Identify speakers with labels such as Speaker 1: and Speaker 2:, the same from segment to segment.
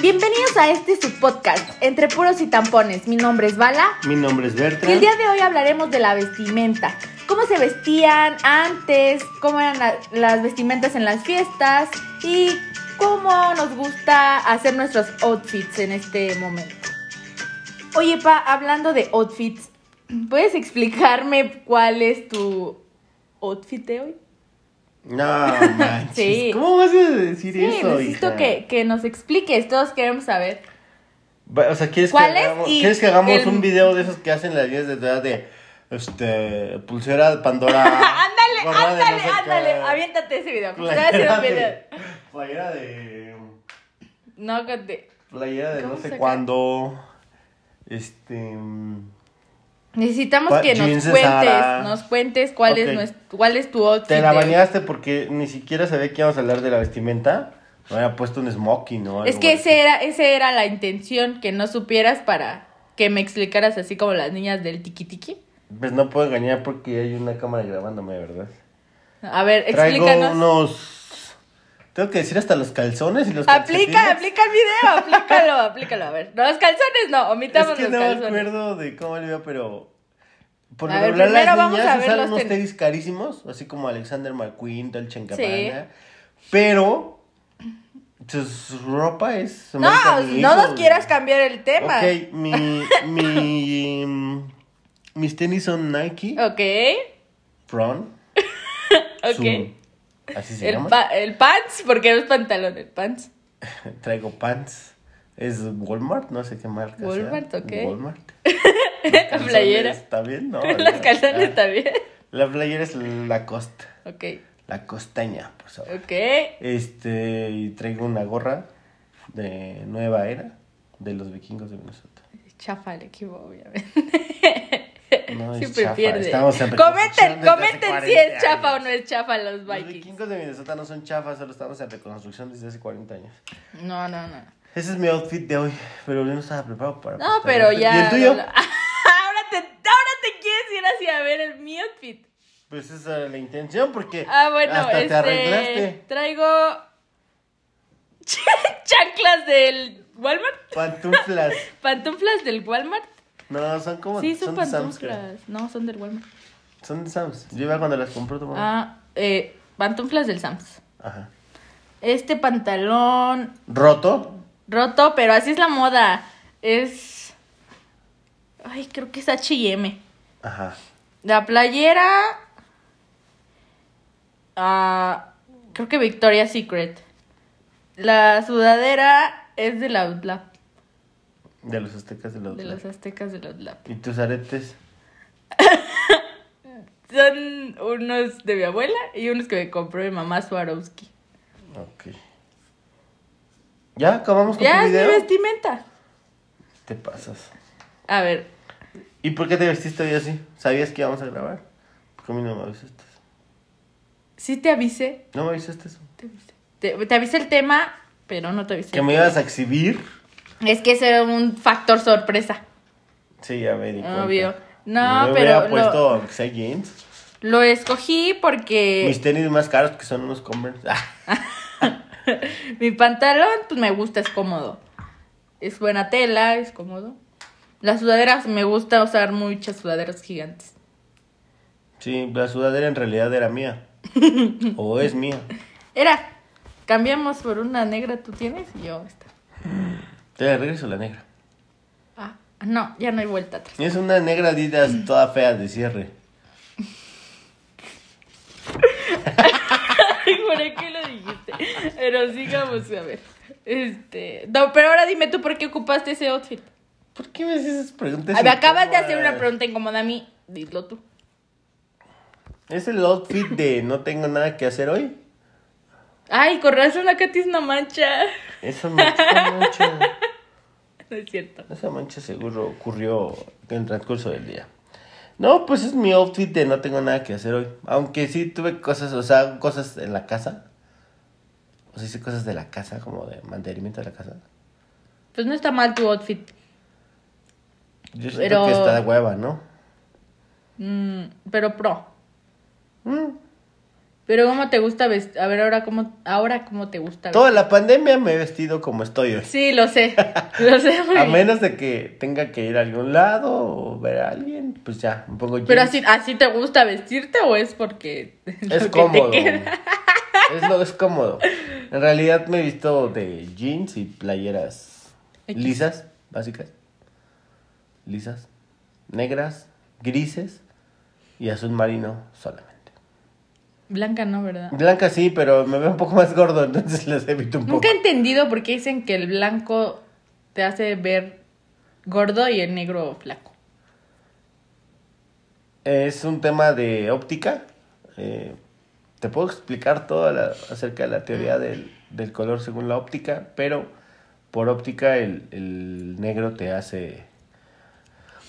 Speaker 1: Bienvenidos a este subpodcast, Entre Puros y Tampones. Mi nombre es Bala.
Speaker 2: Mi nombre es
Speaker 1: Y el
Speaker 2: Bertrand.
Speaker 1: día de hoy hablaremos de la vestimenta. ¿Cómo se vestían antes? ¿Cómo eran la- las vestimentas en las fiestas? ¿Y cómo nos gusta hacer nuestros outfits en este momento? Oye, Pa, hablando de outfits, ¿puedes explicarme cuál es tu outfit de hoy?
Speaker 2: No manches.
Speaker 1: Sí.
Speaker 2: ¿Cómo vas a decir
Speaker 1: Sí, pues,
Speaker 2: eso,
Speaker 1: necesito
Speaker 2: hija?
Speaker 1: que, que nos expliques, todos queremos saber.
Speaker 2: Va- O sea, ¿quieres
Speaker 1: ¿Cuál
Speaker 2: que
Speaker 1: es?
Speaker 2: hagamos,
Speaker 1: Y
Speaker 2: ¿quieres que hagamos
Speaker 1: el-
Speaker 2: un video de esos que hacen las 10 de edad de este pulsera de Pandora?
Speaker 1: ándale,
Speaker 2: gorra de no
Speaker 1: ándale,
Speaker 2: sé qué,
Speaker 1: ándale, aviéntate ese video. porque te voy a hacer
Speaker 2: Playera
Speaker 1: un video.
Speaker 2: de, playera de
Speaker 1: No, conté.
Speaker 2: playera de
Speaker 1: ¿Cómo
Speaker 2: no sé
Speaker 1: sacar?
Speaker 2: cuándo. Este mm,
Speaker 1: Necesitamos
Speaker 2: Cua-
Speaker 1: que nos
Speaker 2: jeans de
Speaker 1: cuentes,
Speaker 2: Zara.
Speaker 1: nos cuentes cuál
Speaker 2: Ok.
Speaker 1: es nues- cuál es tu outfit.
Speaker 2: te la
Speaker 1: de hoy.
Speaker 2: bañaste porque ni siquiera sabía que íbamos a hablar de la vestimenta. Me había puesto un smoking o algo.
Speaker 1: Es que
Speaker 2: así.
Speaker 1: ese era, ese era la intención, que no supieras para que me explicaras así como las niñas del tiki tiki.
Speaker 2: Pues no puedo engañar porque hay una cámara grabándome, ¿verdad?
Speaker 1: A ver,
Speaker 2: Traigo
Speaker 1: explícanos.
Speaker 2: unos. Tengo que decir hasta los calzones y los
Speaker 1: Aplica,
Speaker 2: calcetines.
Speaker 1: aplica el video, aplícalo, aplícalo. A ver, los calzones no, omitamos
Speaker 2: Es que
Speaker 1: los
Speaker 2: no me
Speaker 1: calzones.
Speaker 2: acuerdo de cómo le iba, pero. Por
Speaker 1: A
Speaker 2: lo
Speaker 1: ver,
Speaker 2: regular,
Speaker 1: primero
Speaker 2: las
Speaker 1: vamos
Speaker 2: niñas
Speaker 1: a ver
Speaker 2: usaban
Speaker 1: los
Speaker 2: unos
Speaker 1: tenis.
Speaker 2: tenis carísimos, así como Alexander McQueen, Dolce Gabbana. Pero. Su, su ropa es.
Speaker 1: No,
Speaker 2: American Eagle,
Speaker 1: no nos
Speaker 2: güey.
Speaker 1: quieras cambiar el tema.
Speaker 2: Ok, mi. mi mm, mis tenis son Nike,
Speaker 1: Ok,
Speaker 2: Pron.
Speaker 1: ok.
Speaker 2: su- así se
Speaker 1: El,
Speaker 2: llama.
Speaker 1: pa- el pants, porque no es pantalón, el pants.
Speaker 2: Traigo pants. Es Walmart, no sé qué marca. sea.
Speaker 1: Walmart, ok.
Speaker 2: Walmart.
Speaker 1: La playera.
Speaker 2: Está bien, ¿no?
Speaker 1: Las calzones
Speaker 2: está
Speaker 1: también.
Speaker 2: La playera es la costa.
Speaker 1: Ok,
Speaker 2: La costeña, por favor.
Speaker 1: ok.
Speaker 2: Este, y traigo una gorra de nueva era de los vikingos de Minnesota.
Speaker 1: Chafa el equipo, obviamente.
Speaker 2: No es
Speaker 1: Siempre
Speaker 2: chafa,
Speaker 1: pierde.
Speaker 2: estamos en reconstrucción
Speaker 1: comenten,
Speaker 2: desde hace
Speaker 1: comenten
Speaker 2: 40
Speaker 1: si es chafa o
Speaker 2: años.
Speaker 1: no es chafa los
Speaker 2: Los
Speaker 1: Vikings.
Speaker 2: vikingos de Minnesota no son chafas, solo estamos en reconstrucción desde hace 40 años.
Speaker 1: No, no, no.
Speaker 2: Ese es mi outfit de hoy, pero yo no estaba preparado para.
Speaker 1: No,
Speaker 2: para
Speaker 1: pero
Speaker 2: este.
Speaker 1: ya.
Speaker 2: ¿Y el tuyo?
Speaker 1: no, no. ahora, te, ahora te quieres ir hacia ver el mi outfit.
Speaker 2: Pues esa era la intención, porque.
Speaker 1: Ah, bueno,
Speaker 2: Hasta
Speaker 1: este.
Speaker 2: te arreglaste.
Speaker 1: Traigo. chanclas del Walmart.
Speaker 2: Pantuflas.
Speaker 1: Pantuflas del Walmart.
Speaker 2: No, son como.
Speaker 1: Sí, son,
Speaker 2: de Sam's Club.
Speaker 1: pantuflas. No, son del Walmart.
Speaker 2: Son de Sam's. Yo iba cuando las compré tomaba.
Speaker 1: Ah, eh, pantuflas del Sams.
Speaker 2: Ajá.
Speaker 1: Este pantalón
Speaker 2: Roto.
Speaker 1: roto, pero así es la moda. Es. Ay, creo que es HM.
Speaker 2: Ajá.
Speaker 1: La playera. ah, creo que Victoria's Secret. La sudadera es de la Outlap.
Speaker 2: De los aztecas de los.
Speaker 1: De los aztecas de la Outlap.
Speaker 2: Y tus aretes.
Speaker 1: Son unos de mi abuela y unos que me compró mi mamá Swarovski.
Speaker 2: Ok. ¿Ya acabamos con
Speaker 1: Ya
Speaker 2: tu
Speaker 1: es mi
Speaker 2: video?
Speaker 1: vestimenta.
Speaker 2: Te pasas.
Speaker 1: A ver,
Speaker 2: ¿Y por qué te vestiste hoy así? ¿Sabías que íbamos a grabar? Porque a mí no me avisaste.
Speaker 1: sí te avisé.
Speaker 2: No me avisaste eso.
Speaker 1: Te avisé, Te- te avisé el tema, pero no te avisé.
Speaker 2: Que me ibas a exhibir.
Speaker 1: Es que ese era un factor sorpresa.
Speaker 2: Sí, ya me di cuenta.
Speaker 1: Obvio. No, pero
Speaker 2: Me hubiera
Speaker 1: lo-
Speaker 2: puesto, aunque sea jeans.
Speaker 1: Lo escogí porque
Speaker 2: Mis tenis más caros que son unos Converse. Ah,
Speaker 1: mi pantalón, pues me gusta, es cómodo. Es buena tela, es cómodo. Las sudaderas, me gusta usar muchas sudaderas gigantes.
Speaker 2: sí, la sudadera en realidad era mía. o es mía.
Speaker 1: Era, cambiamos por una negra, tú tienes y yo esta.
Speaker 2: Te la regreso la negra.
Speaker 1: Ah, no, ya no hay vuelta atrás.
Speaker 2: Es una negra Adidas toda fea de cierre.
Speaker 1: ¿Por qué lo dijiste? Pero sigamos, a ver. Este, no, pero ahora dime tú por qué ocupaste ese outfit.
Speaker 2: ¿Por qué me haces esas preguntas?
Speaker 1: Ah, Me acabas de hacer una
Speaker 2: incómodas?
Speaker 1: pregunta incómoda a mí, dilo tú.
Speaker 2: Es el outfit de no tengo nada que hacer hoy.
Speaker 1: Ay, con razón acá tienes una mancha.
Speaker 2: Esa mancha, esa mancha,
Speaker 1: No es cierto.
Speaker 2: esa mancha seguro ocurrió en el transcurso del día. No, pues es mi outfit de no tengo nada que hacer hoy. Aunque sí tuve cosas, o sea, cosas en la casa. O sea, hice cosas de la casa, como de mantenimiento de la casa.
Speaker 1: Pues no está mal tu outfit.
Speaker 2: Yo siento
Speaker 1: Pero-
Speaker 2: que está de hueva, ¿no?
Speaker 1: Mm, pero pro.
Speaker 2: Mm,
Speaker 1: Pero ¿cómo te gusta vestir? A ver, ahora cómo, ahora cómo te gusta
Speaker 2: Toda la pandemia me he vestido como estoy hoy.
Speaker 1: Sí, lo sé. Lo sé. muy
Speaker 2: A
Speaker 1: bien.
Speaker 2: menos de que tenga que ir a algún lado o ver a alguien, pues ya, me pongo
Speaker 1: Pero
Speaker 2: jeans.
Speaker 1: así, así te gusta vestirte o es porque lo que
Speaker 2: Es
Speaker 1: te
Speaker 2: cómodo.
Speaker 1: queda?
Speaker 2: Es lo es cómodo. En realidad me he visto de jeans y playeras
Speaker 1: X.
Speaker 2: lisas, básicas. Lisas, negras, grises y azul marino solamente.
Speaker 1: Blanca no, ¿verdad?
Speaker 2: Blanca sí, pero me veo un poco más gordo, entonces les evito un poco.
Speaker 1: Nunca he entendido por qué dicen que el blanco te hace ver gordo y el negro flaco.
Speaker 2: Es un tema de óptica. Eh, te puedo explicar todo la- acerca de la teoría del, del color según la óptica, pero por óptica el, el negro te hace,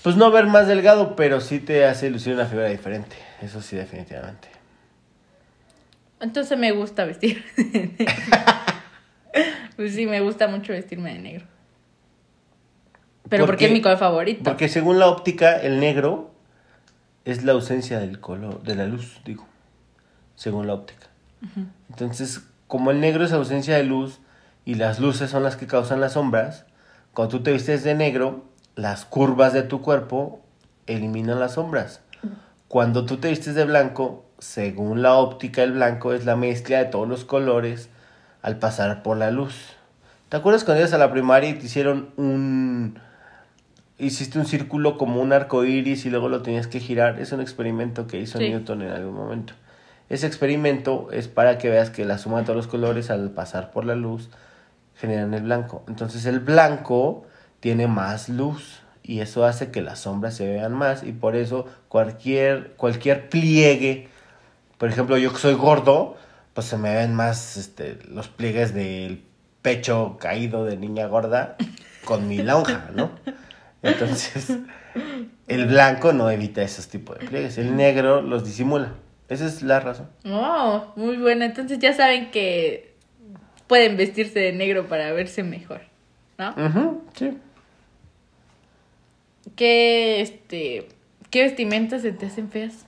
Speaker 2: pues no ver más delgado, pero sí te hace lucir una figura diferente. Eso sí, definitivamente.
Speaker 1: Entonces me gusta vestir. de negro. pues sí, me gusta mucho vestirme de negro. Pero porque, es mi color favorito.
Speaker 2: Porque según la óptica, el negro es la ausencia del color, de la luz, digo, según la óptica. Entonces, como el negro es ausencia de luz y las luces son las que causan las sombras, cuando tú te vistes de negro, las curvas de tu cuerpo eliminan las sombras. Cuando tú te vistes de blanco, según la óptica, el blanco es la mezcla de todos los colores al pasar por la luz. ¿Te acuerdas cuando ibas a la primaria y te hicieron un, hiciste un círculo como un arco iris y luego lo tenías que girar. Es un experimento que hizo
Speaker 1: Sí.
Speaker 2: Newton en algún momento. Ese experimento es para que veas que la suma de todos los colores al pasar por la luz generan el blanco. Entonces el blanco tiene más luz y eso hace que las sombras se vean más y por eso cualquier, cualquier pliegue, por ejemplo yo que soy gordo, pues se me ven más este, los pliegues del pecho caído de niña gorda con mi lonja, ¿no? Entonces, el blanco no evita esos tipos de pliegues, el negro los disimula. Esa es la razón.
Speaker 1: Oh, muy bueno. Entonces ya saben que pueden vestirse de negro para verse mejor, ¿no?
Speaker 2: Ujú, sí.
Speaker 1: ¿Qué, este, qué vestimentas se te hacen feas?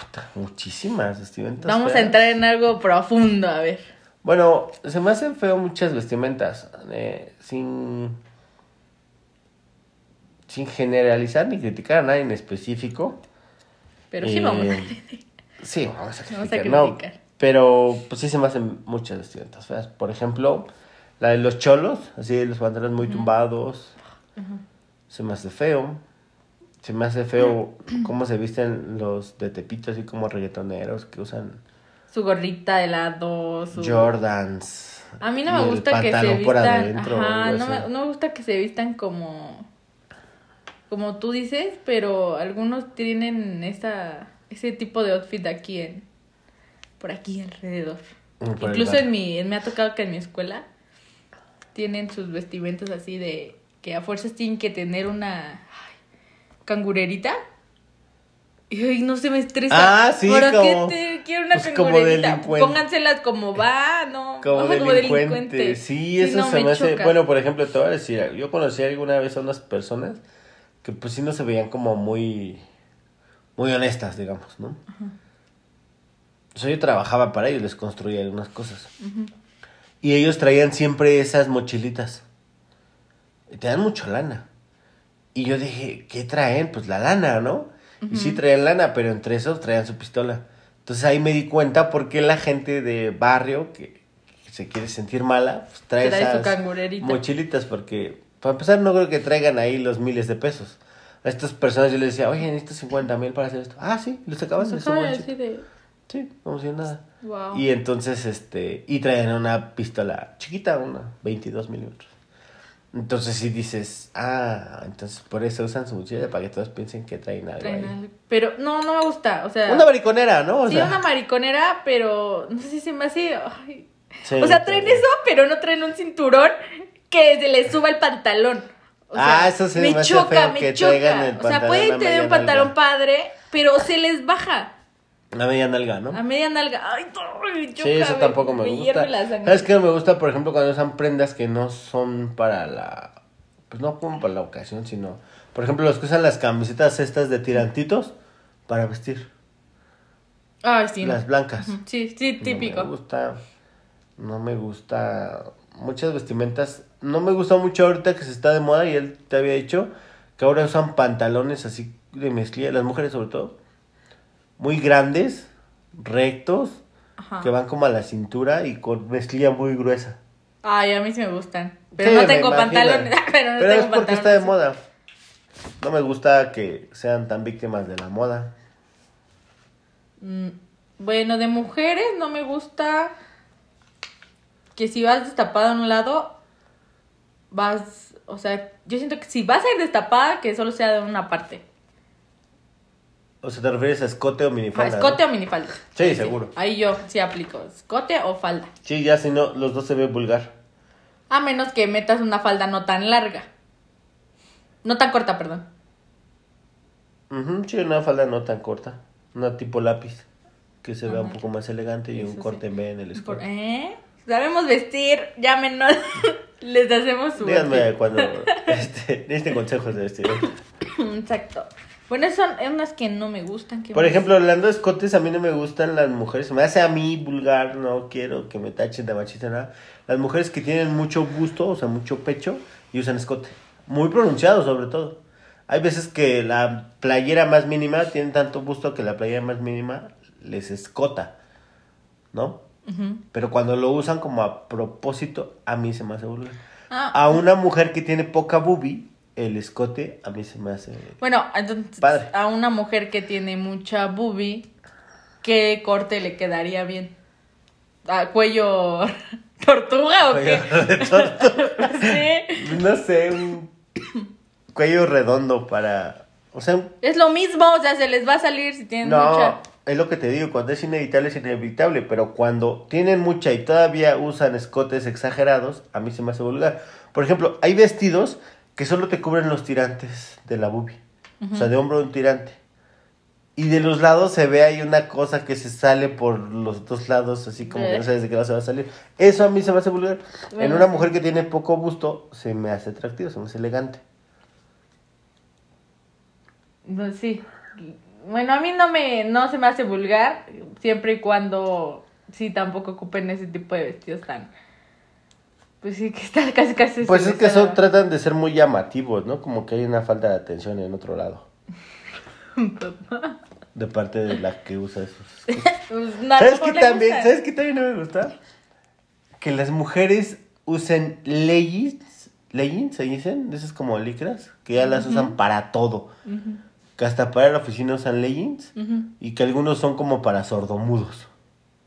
Speaker 2: Puta, muchísimas vestimentas.
Speaker 1: Vamos a
Speaker 2: feas.
Speaker 1: entrar en algo profundo, a ver.
Speaker 2: Bueno, se me hacen feo muchas vestimentas. eh, sin. Sin generalizar ni criticar a nadie en específico.
Speaker 1: Pero sí vamos a...
Speaker 2: Eh, Sí, vamos a criticar.
Speaker 1: Vamos a
Speaker 2: no,
Speaker 1: criticar.
Speaker 2: pero pues sí se me hacen muchas vestimentas feas. Por ejemplo, la de los cholos, así los pantalones muy tumbados. Se me hace feo. Se me hace feo cómo se visten los de Tepito, así como reggaetoneros que usan
Speaker 1: Su gorrita de lado, su...
Speaker 2: Jordans.
Speaker 1: A mí
Speaker 2: y
Speaker 1: no me
Speaker 2: el
Speaker 1: gusta que se
Speaker 2: pantalón por
Speaker 1: vistan...
Speaker 2: adentro,
Speaker 1: Ajá,
Speaker 2: o
Speaker 1: no me,
Speaker 2: sea.
Speaker 1: no me gusta que se vistan como... Como tú dices, pero algunos tienen esa, ese tipo de outfit aquí en... Por aquí alrededor.
Speaker 2: Mm, por el
Speaker 1: Incluso
Speaker 2: bar.
Speaker 1: en mi... en- Me ha tocado que en mi escuela tienen sus vestimentas así de... Que a fuerzas tienen que tener una... ay, cangurerita. Y ay, no se me estresa.
Speaker 2: Ah, sí,
Speaker 1: ¿Para
Speaker 2: como-
Speaker 1: qué te quiero una
Speaker 2: pues como
Speaker 1: cangurerita?
Speaker 2: delincuente.
Speaker 1: Pónganselas como va, no.
Speaker 2: Como
Speaker 1: Ajá,
Speaker 2: delincuente.
Speaker 1: delincuente.
Speaker 2: Sí, eso
Speaker 1: no,
Speaker 2: se me, hace.
Speaker 1: choca.
Speaker 2: Bueno, por ejemplo, te voy a decir, algo. yo conocí alguna vez a unas personas que pues sí no se veían como muy. Muy honestas, digamos, ¿no? O sea, yo trabajaba para ellos, les construía algunas cosas. Y ellos traían siempre esas mochilitas. Y te dan mucho lana. Y yo dije, ¿qué traen? Pues la lana, ¿no? Y sí traían lana, pero entre esos traían su pistola. Entonces ahí me di cuenta por qué la gente de barrio que, que se quiere sentir mala, pues trae,
Speaker 1: Trae su
Speaker 2: esas
Speaker 1: cangurerita.
Speaker 2: mochilitas. Porque, para empezar, no creo que traigan ahí los miles de pesos. A estas personas yo les decía, oye, necesito 50 mil para hacer esto. Ah, sí, los sacabas de su
Speaker 1: Ajá,
Speaker 2: bolsita.
Speaker 1: así de,
Speaker 2: Sí, como si nada.
Speaker 1: Wow.
Speaker 2: Y entonces, este, y traen una pistola chiquita, una 22 milímetros. Entonces, si dices, ah, entonces por eso usan su mochila para que todos piensen que traen algo.
Speaker 1: traen
Speaker 2: ahí.
Speaker 1: algo. Pero no, no me gusta. O sea,
Speaker 2: Una mariconera, ¿no? O
Speaker 1: sí,
Speaker 2: sea,
Speaker 1: una mariconera, pero no sé si se me hace. ay.
Speaker 2: sí,
Speaker 1: o sea, traen eso, pero no traen un cinturón que se les suba el pantalón. O sea,
Speaker 2: Ah, eso se me
Speaker 1: me
Speaker 2: hace
Speaker 1: choca,
Speaker 2: feo
Speaker 1: me
Speaker 2: que
Speaker 1: choca.
Speaker 2: traigan el
Speaker 1: o sea,
Speaker 2: pantalón a
Speaker 1: pueden tener
Speaker 2: media
Speaker 1: un pantalón
Speaker 2: nalga.
Speaker 1: padre, pero se les baja.
Speaker 2: Una media nalga, ¿no?
Speaker 1: A media nalga. Ay, no, me choca.
Speaker 2: Sí, eso
Speaker 1: me-
Speaker 2: tampoco me, gusta.
Speaker 1: hierve la sangre.
Speaker 2: ¿Sabes qué no me gusta? Por ejemplo, cuando usan prendas que no son para la... Pues no como para la ocasión, sino... Por ejemplo, los que usan las camisetas estas de tirantitos para vestir.
Speaker 1: Ay, sí.
Speaker 2: Las blancas.
Speaker 1: Sí, sí, típico.
Speaker 2: No me gusta. No me gusta. Muchas vestimentas. No me gusta mucho ahorita que se está de moda y él te había dicho que ahora usan pantalones así de mezclilla, las mujeres sobre todo, muy grandes, rectos,
Speaker 1: Ajá.
Speaker 2: que van como a la cintura y con mezclilla muy gruesa.
Speaker 1: Ay, a mí sí me gustan. Pero
Speaker 2: Sí,
Speaker 1: no
Speaker 2: me
Speaker 1: tengo
Speaker 2: imagino.
Speaker 1: pantalones. Pero no
Speaker 2: Pero
Speaker 1: tengo
Speaker 2: es porque
Speaker 1: pantalones.
Speaker 2: está de moda. No me gusta que sean tan víctimas de la moda.
Speaker 1: Mm, Bueno, de mujeres no me gusta que si vas destapada a un lado, vas, o sea, yo siento que si vas a ir destapada, que solo sea de una parte.
Speaker 2: O sea, te refieres a escote o
Speaker 1: Ah,
Speaker 2: minifalda.
Speaker 1: Escote
Speaker 2: ¿no?
Speaker 1: o minifalda.
Speaker 2: Sí,
Speaker 1: Ahí
Speaker 2: seguro.
Speaker 1: Ahí yo sí aplico, escote o falda.
Speaker 2: Sí, ya si no, los dos se ve vulgar.
Speaker 1: A menos que metas una falda no tan larga. No tan corta, perdón.
Speaker 2: Ujú, sí, una falda no tan corta. Una tipo lápiz. Que se vea un
Speaker 1: Ajá.
Speaker 2: poco más elegante y
Speaker 1: Eso
Speaker 2: un
Speaker 1: sí.
Speaker 2: corte en B en el
Speaker 1: Por-
Speaker 2: escote.
Speaker 1: ¿Eh? Sabemos vestir, llámenos. Les hacemos su
Speaker 2: Díganme cuando este, este consejos de vestir.
Speaker 1: Exacto. Bueno, esas son unas que no me gustan. ¿qué
Speaker 2: Por
Speaker 1: más?
Speaker 2: ejemplo, hablando de escotes, a mí no me gustan las mujeres. Se me hace a mí vulgar, no quiero que me tachen de machista nada. Las mujeres que tienen mucho busto, o sea, mucho pecho, y usan escote. Muy pronunciado, sobre todo. Hay veces que la playera más mínima tienen tanto busto que la playera más mínima les escota, ¿no?
Speaker 1: Ujú.
Speaker 2: Pero cuando lo usan como a propósito, a mí se me hace vulgar.
Speaker 1: Ah,
Speaker 2: A una mujer que tiene poca boobie, el escote a mí se me hace...
Speaker 1: bueno, entonces
Speaker 2: Padre.
Speaker 1: a una mujer que tiene mucha boobie, ¿qué corte le quedaría bien? ¿A ¿Cuello tortuga o qué? Sí.
Speaker 2: No sé, un cuello redondo para... O sea, un-
Speaker 1: Es lo mismo, o sea, se les va a salir si tienen
Speaker 2: no,
Speaker 1: mucha.
Speaker 2: es lo que te digo, cuando es inevitable es inevitable, pero cuando tienen mucha y todavía usan escotes exagerados, a mí se me hace vulgar. Por ejemplo, hay vestidos que solo te cubren los tirantes de la boobie, o sea, de hombro un tirante. Y de los lados se ve ahí una cosa que se sale por los dos lados, así como que
Speaker 1: Eh.
Speaker 2: no sabes de qué lado se va a salir. Eso a mí se me hace vulgar. en
Speaker 1: Bueno,
Speaker 2: una
Speaker 1: sí.
Speaker 2: mujer que tiene poco busto, se me hace atractivo, se me hace elegante.
Speaker 1: No, pues, sí. Bueno, a mí no me no se me hace vulgar, siempre y cuando sí tampoco ocupen ese tipo de vestidos tan. Pues sí, que está casi casi.
Speaker 2: Pues es que son,
Speaker 1: estilizado.
Speaker 2: tratan de ser muy llamativos, ¿no? Como que hay una falta de atención en otro lado. De parte de la que usa esos.
Speaker 1: Pues, no,
Speaker 2: ¿Sabes
Speaker 1: ¿cómo
Speaker 2: qué
Speaker 1: le
Speaker 2: también?
Speaker 1: gusta?
Speaker 2: ¿Sabes qué también no me gusta? Que las mujeres usen leggings. ¿Leggings se dicen? De Esas como licras. Que ya las usan para todo. Que hasta para la oficina usan leggings.
Speaker 1: Ujú.
Speaker 2: Y que algunos son como para sordomudos.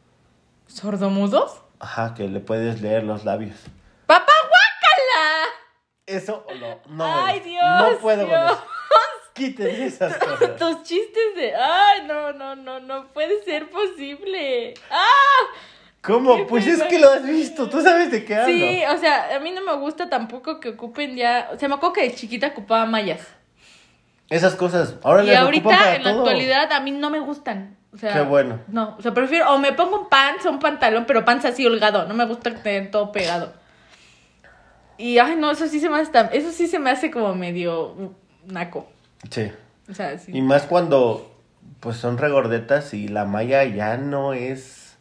Speaker 1: ¿Sordomudos?
Speaker 2: Ajá, que le puedes leer los labios.
Speaker 1: ¡Papá, guácala!
Speaker 2: Eso no, no. me
Speaker 1: ¡Ay,
Speaker 2: gusta.
Speaker 1: Dios!
Speaker 2: No puedo con
Speaker 1: Dios.
Speaker 2: eso. Quítense esas cosas.
Speaker 1: Tus chistes de. ¡Ay, no, no, no, no puede ser posible! ¡Ah! Qué
Speaker 2: ¿Cómo? Pues es
Speaker 1: pena.
Speaker 2: que lo has visto, tú sabes de qué hablo.
Speaker 1: Sí, o sea, a mí no me gusta tampoco que ocupen ya. O sea, me acuerdo que de chiquita ocupaba mallas.
Speaker 2: Esas cosas, ahora
Speaker 1: Y
Speaker 2: las ocupan
Speaker 1: ahorita,
Speaker 2: para
Speaker 1: en la
Speaker 2: todo.
Speaker 1: actualidad, a mí no me gustan. O sea,
Speaker 2: Qué bueno.
Speaker 1: No, o sea, prefiero. O me pongo un pants o un pantalón, pero pants así holgado. No me gusta que estén todo pegado. Y, ay, no, eso sí se me hace. tan- Eso sí se me hace como medio mm, naco.
Speaker 2: Sí.
Speaker 1: O sea, sí.
Speaker 2: Y más cuando pues son regordetas y la malla ya no es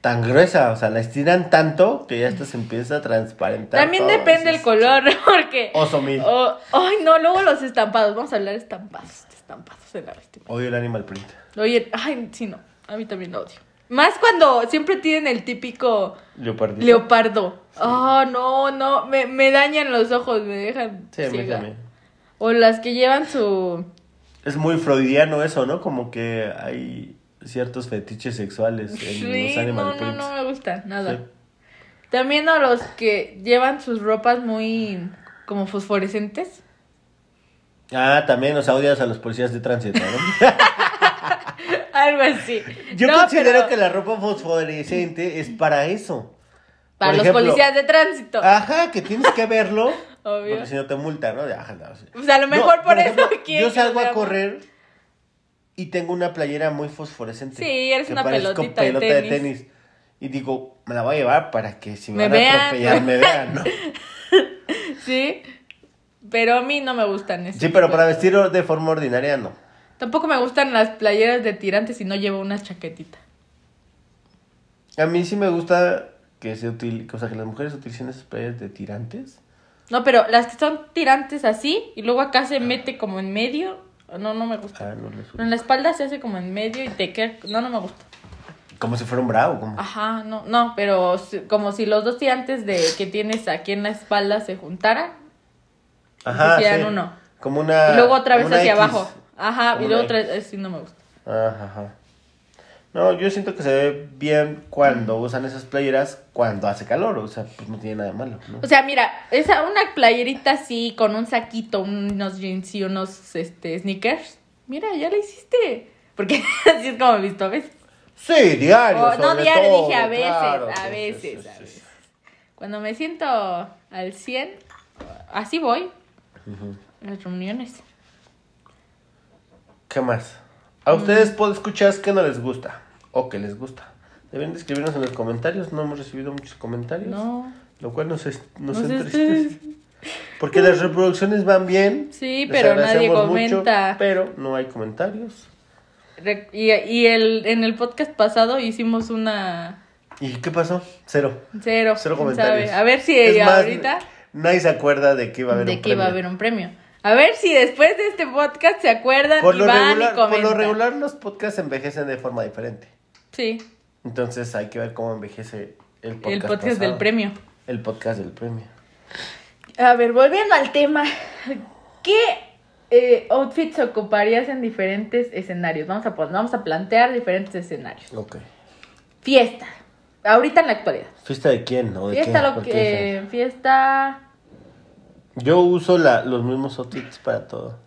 Speaker 2: tan gruesa, o sea, la estiran tanto que ya hasta se empieza a transparentar.
Speaker 1: También
Speaker 2: todo,
Speaker 1: depende
Speaker 2: así
Speaker 1: el
Speaker 2: es.
Speaker 1: color, porque.
Speaker 2: Oso mil.
Speaker 1: o- ay, no, luego los estampados. Vamos a hablar de estampados. de Estampados de la bestia.
Speaker 2: Odio el animal print.
Speaker 1: Oye, ay, sí, no. A mí también lo odio. Más cuando siempre tienen el típico.
Speaker 2: Leopardito.
Speaker 1: Leopardo. Ah, no, no. Me, me dañan los ojos, me dejan.
Speaker 2: Sí, a mí
Speaker 1: ciega.
Speaker 2: también.
Speaker 1: O las que llevan su.
Speaker 2: Es muy freudiano eso, ¿no? Como que hay ciertos fetiches sexuales en los
Speaker 1: Sí,
Speaker 2: animal
Speaker 1: no, no,
Speaker 2: prints.
Speaker 1: no me gusta, nada.
Speaker 2: Sí.
Speaker 1: También a los que llevan sus ropas muy. como fosforescentes.
Speaker 2: Ah, también, o sea, odias a los policías de tránsito, ¿no?
Speaker 1: Algo así.
Speaker 2: Yo
Speaker 1: No,
Speaker 2: considero
Speaker 1: pero
Speaker 2: que la ropa fosforescente es para eso.
Speaker 1: Para
Speaker 2: por
Speaker 1: los
Speaker 2: ejemplo-
Speaker 1: policías de tránsito.
Speaker 2: Ajá, que tienes que verlo.
Speaker 1: Obvio.
Speaker 2: Porque si no te multan, ¿no? De, Ajá, no, sí.
Speaker 1: Pues a lo
Speaker 2: No,
Speaker 1: mejor por,
Speaker 2: ejemplo,
Speaker 1: eso quieren
Speaker 2: Yo
Speaker 1: que lo
Speaker 2: salgo a
Speaker 1: veamos.
Speaker 2: correr y tengo una playera muy fosforescente.
Speaker 1: Sí, eres
Speaker 2: que
Speaker 1: una
Speaker 2: parezco
Speaker 1: pelotita de
Speaker 2: pelota
Speaker 1: tenis.
Speaker 2: Y digo, me la voy a llevar para que si me,
Speaker 1: Me
Speaker 2: van
Speaker 1: vean.
Speaker 2: a atropellar me vean, ¿no?
Speaker 1: Sí. Pero a mí no me gustan esos
Speaker 2: Sí, pero
Speaker 1: tipos.
Speaker 2: para vestir de forma ordinaria no.
Speaker 1: Tampoco me gustan las playeras de tirantes si no llevo una chaquetita.
Speaker 2: A mí sí me gusta que se util... o sea, que las mujeres utilicen esas playeras de tirantes.
Speaker 1: No, pero las que son tirantes así y luego acá se mete como en medio. No, no me gusta.
Speaker 2: Ah, no les
Speaker 1: En la espalda se hace como en medio y te queda. No, no me gusta.
Speaker 2: Como si fuera un bravo, como.
Speaker 1: Ajá, no, no, pero si- como si los dos tirantes de que tienes aquí en la espalda se juntaran.
Speaker 2: Ajá.
Speaker 1: hicieran
Speaker 2: sí.
Speaker 1: uno.
Speaker 2: Como una.
Speaker 1: y luego otra vez
Speaker 2: como Ah, una
Speaker 1: hacia
Speaker 2: X.
Speaker 1: abajo. Ajá,
Speaker 2: Como
Speaker 1: y luego
Speaker 2: una
Speaker 1: otra vez. Así no me gusta.
Speaker 2: Ajá, ajá. No, yo siento que se ve bien cuando usan esas playeras cuando hace calor, o sea, pues no tiene nada de malo, ¿no?
Speaker 1: O sea, mira, esa una playerita así con un saquito, unos jeans y unos este, sneakers. Mira, ya la hiciste. Porque así es como he visto a veces.
Speaker 2: Sí, diario.
Speaker 1: Oh, no,
Speaker 2: sobre
Speaker 1: diario
Speaker 2: todo,
Speaker 1: dije a veces,
Speaker 2: claro,
Speaker 1: a
Speaker 2: sí,
Speaker 1: veces,
Speaker 2: sí, sí,
Speaker 1: a
Speaker 2: sí,
Speaker 1: veces.
Speaker 2: sí.
Speaker 1: Cuando me siento al 100, así voy. En las reuniones.
Speaker 2: ¿Qué más? ¿A ustedes
Speaker 1: Mm.
Speaker 2: puedo escuchar que no les gusta o que les gusta? Deben de escribirnos en los comentarios, no hemos recibido muchos comentarios,
Speaker 1: No.
Speaker 2: lo cual nos, es- nos
Speaker 1: Nos
Speaker 2: entristece. Porque las reproducciones van bien.
Speaker 1: Sí,
Speaker 2: les
Speaker 1: pero nadie
Speaker 2: agradecemos mucho,
Speaker 1: comenta.
Speaker 2: pero no hay comentarios.
Speaker 1: Re- Y, y el, en el podcast pasado hicimos una
Speaker 2: ¿Y qué pasó? Cero.
Speaker 1: cero.
Speaker 2: Cero
Speaker 1: ¿quién
Speaker 2: comentarios.
Speaker 1: sabe? A ver si
Speaker 2: Es más,
Speaker 1: ahorita
Speaker 2: Nadie se acuerda de que iba a haber
Speaker 1: de
Speaker 2: un
Speaker 1: que iba a
Speaker 2: premio.
Speaker 1: haber un premio. A ver si después de este podcast se acuerdan
Speaker 2: por
Speaker 1: y
Speaker 2: lo,
Speaker 1: van
Speaker 2: regular,
Speaker 1: y
Speaker 2: por
Speaker 1: comentan.
Speaker 2: lo regular los podcasts envejecen de forma diferente.
Speaker 1: Sí,
Speaker 2: Entonces hay que ver cómo envejece el podcast.
Speaker 1: el podcast
Speaker 2: pasado.
Speaker 1: del premio.
Speaker 2: El podcast del premio.
Speaker 1: A ver, volviendo al tema, ¿qué eh, outfits ocuparías en diferentes escenarios? Vamos a, pon- vamos a plantear diferentes escenarios.
Speaker 2: Ok.
Speaker 1: Fiesta, ahorita en la actualidad.
Speaker 2: ¿Fiesta de quién? ¿O de
Speaker 1: Fiesta,
Speaker 2: qué?
Speaker 1: lo
Speaker 2: ¿Por qué
Speaker 1: que, fiesta,
Speaker 2: dicen? Yo uso la- los mismos outfits para todo,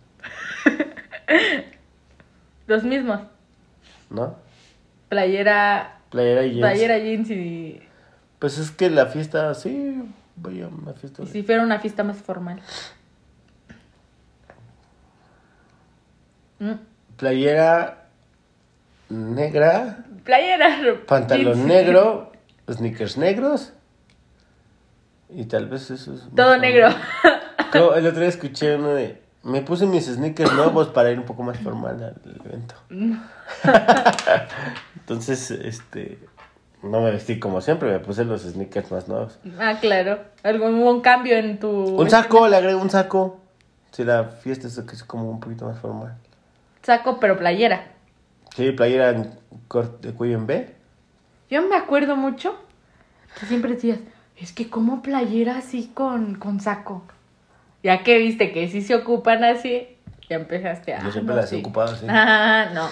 Speaker 1: los mismos.
Speaker 2: ¿no?
Speaker 1: Playera,
Speaker 2: Playera y jeans.
Speaker 1: playera, jeans y,
Speaker 2: Pues es que la fiesta, sí, voy a una fiesta.
Speaker 1: y
Speaker 2: de-
Speaker 1: si fuera una fiesta más formal. Mm,
Speaker 2: Playera negra,
Speaker 1: Playera, ro-
Speaker 2: pantalón
Speaker 1: jeans.
Speaker 2: negro, sneakers negros. Y tal vez eso es...
Speaker 1: Todo
Speaker 2: más
Speaker 1: negro.
Speaker 2: formal. Creo, el otro día escuché uno de... Me puse mis sneakers nuevos para ir un poco más formal al evento. Entonces, este... No me vestí como siempre, me puse los sneakers más nuevos.
Speaker 1: ah, claro. Algún hubo un cambio en tu.
Speaker 2: Un saco, le agrego un saco. Si la fiesta es, es como un poquito más formal.
Speaker 1: Saco, pero playera.
Speaker 2: Sí, playera en cor- de cuello en B.
Speaker 1: Yo me acuerdo mucho que siempre decías, es que como playera así con, con saco. Ya que viste que sí se ocupan así, ya empezaste a.
Speaker 2: Yo siempre las he ocupado así.
Speaker 1: Ah, no.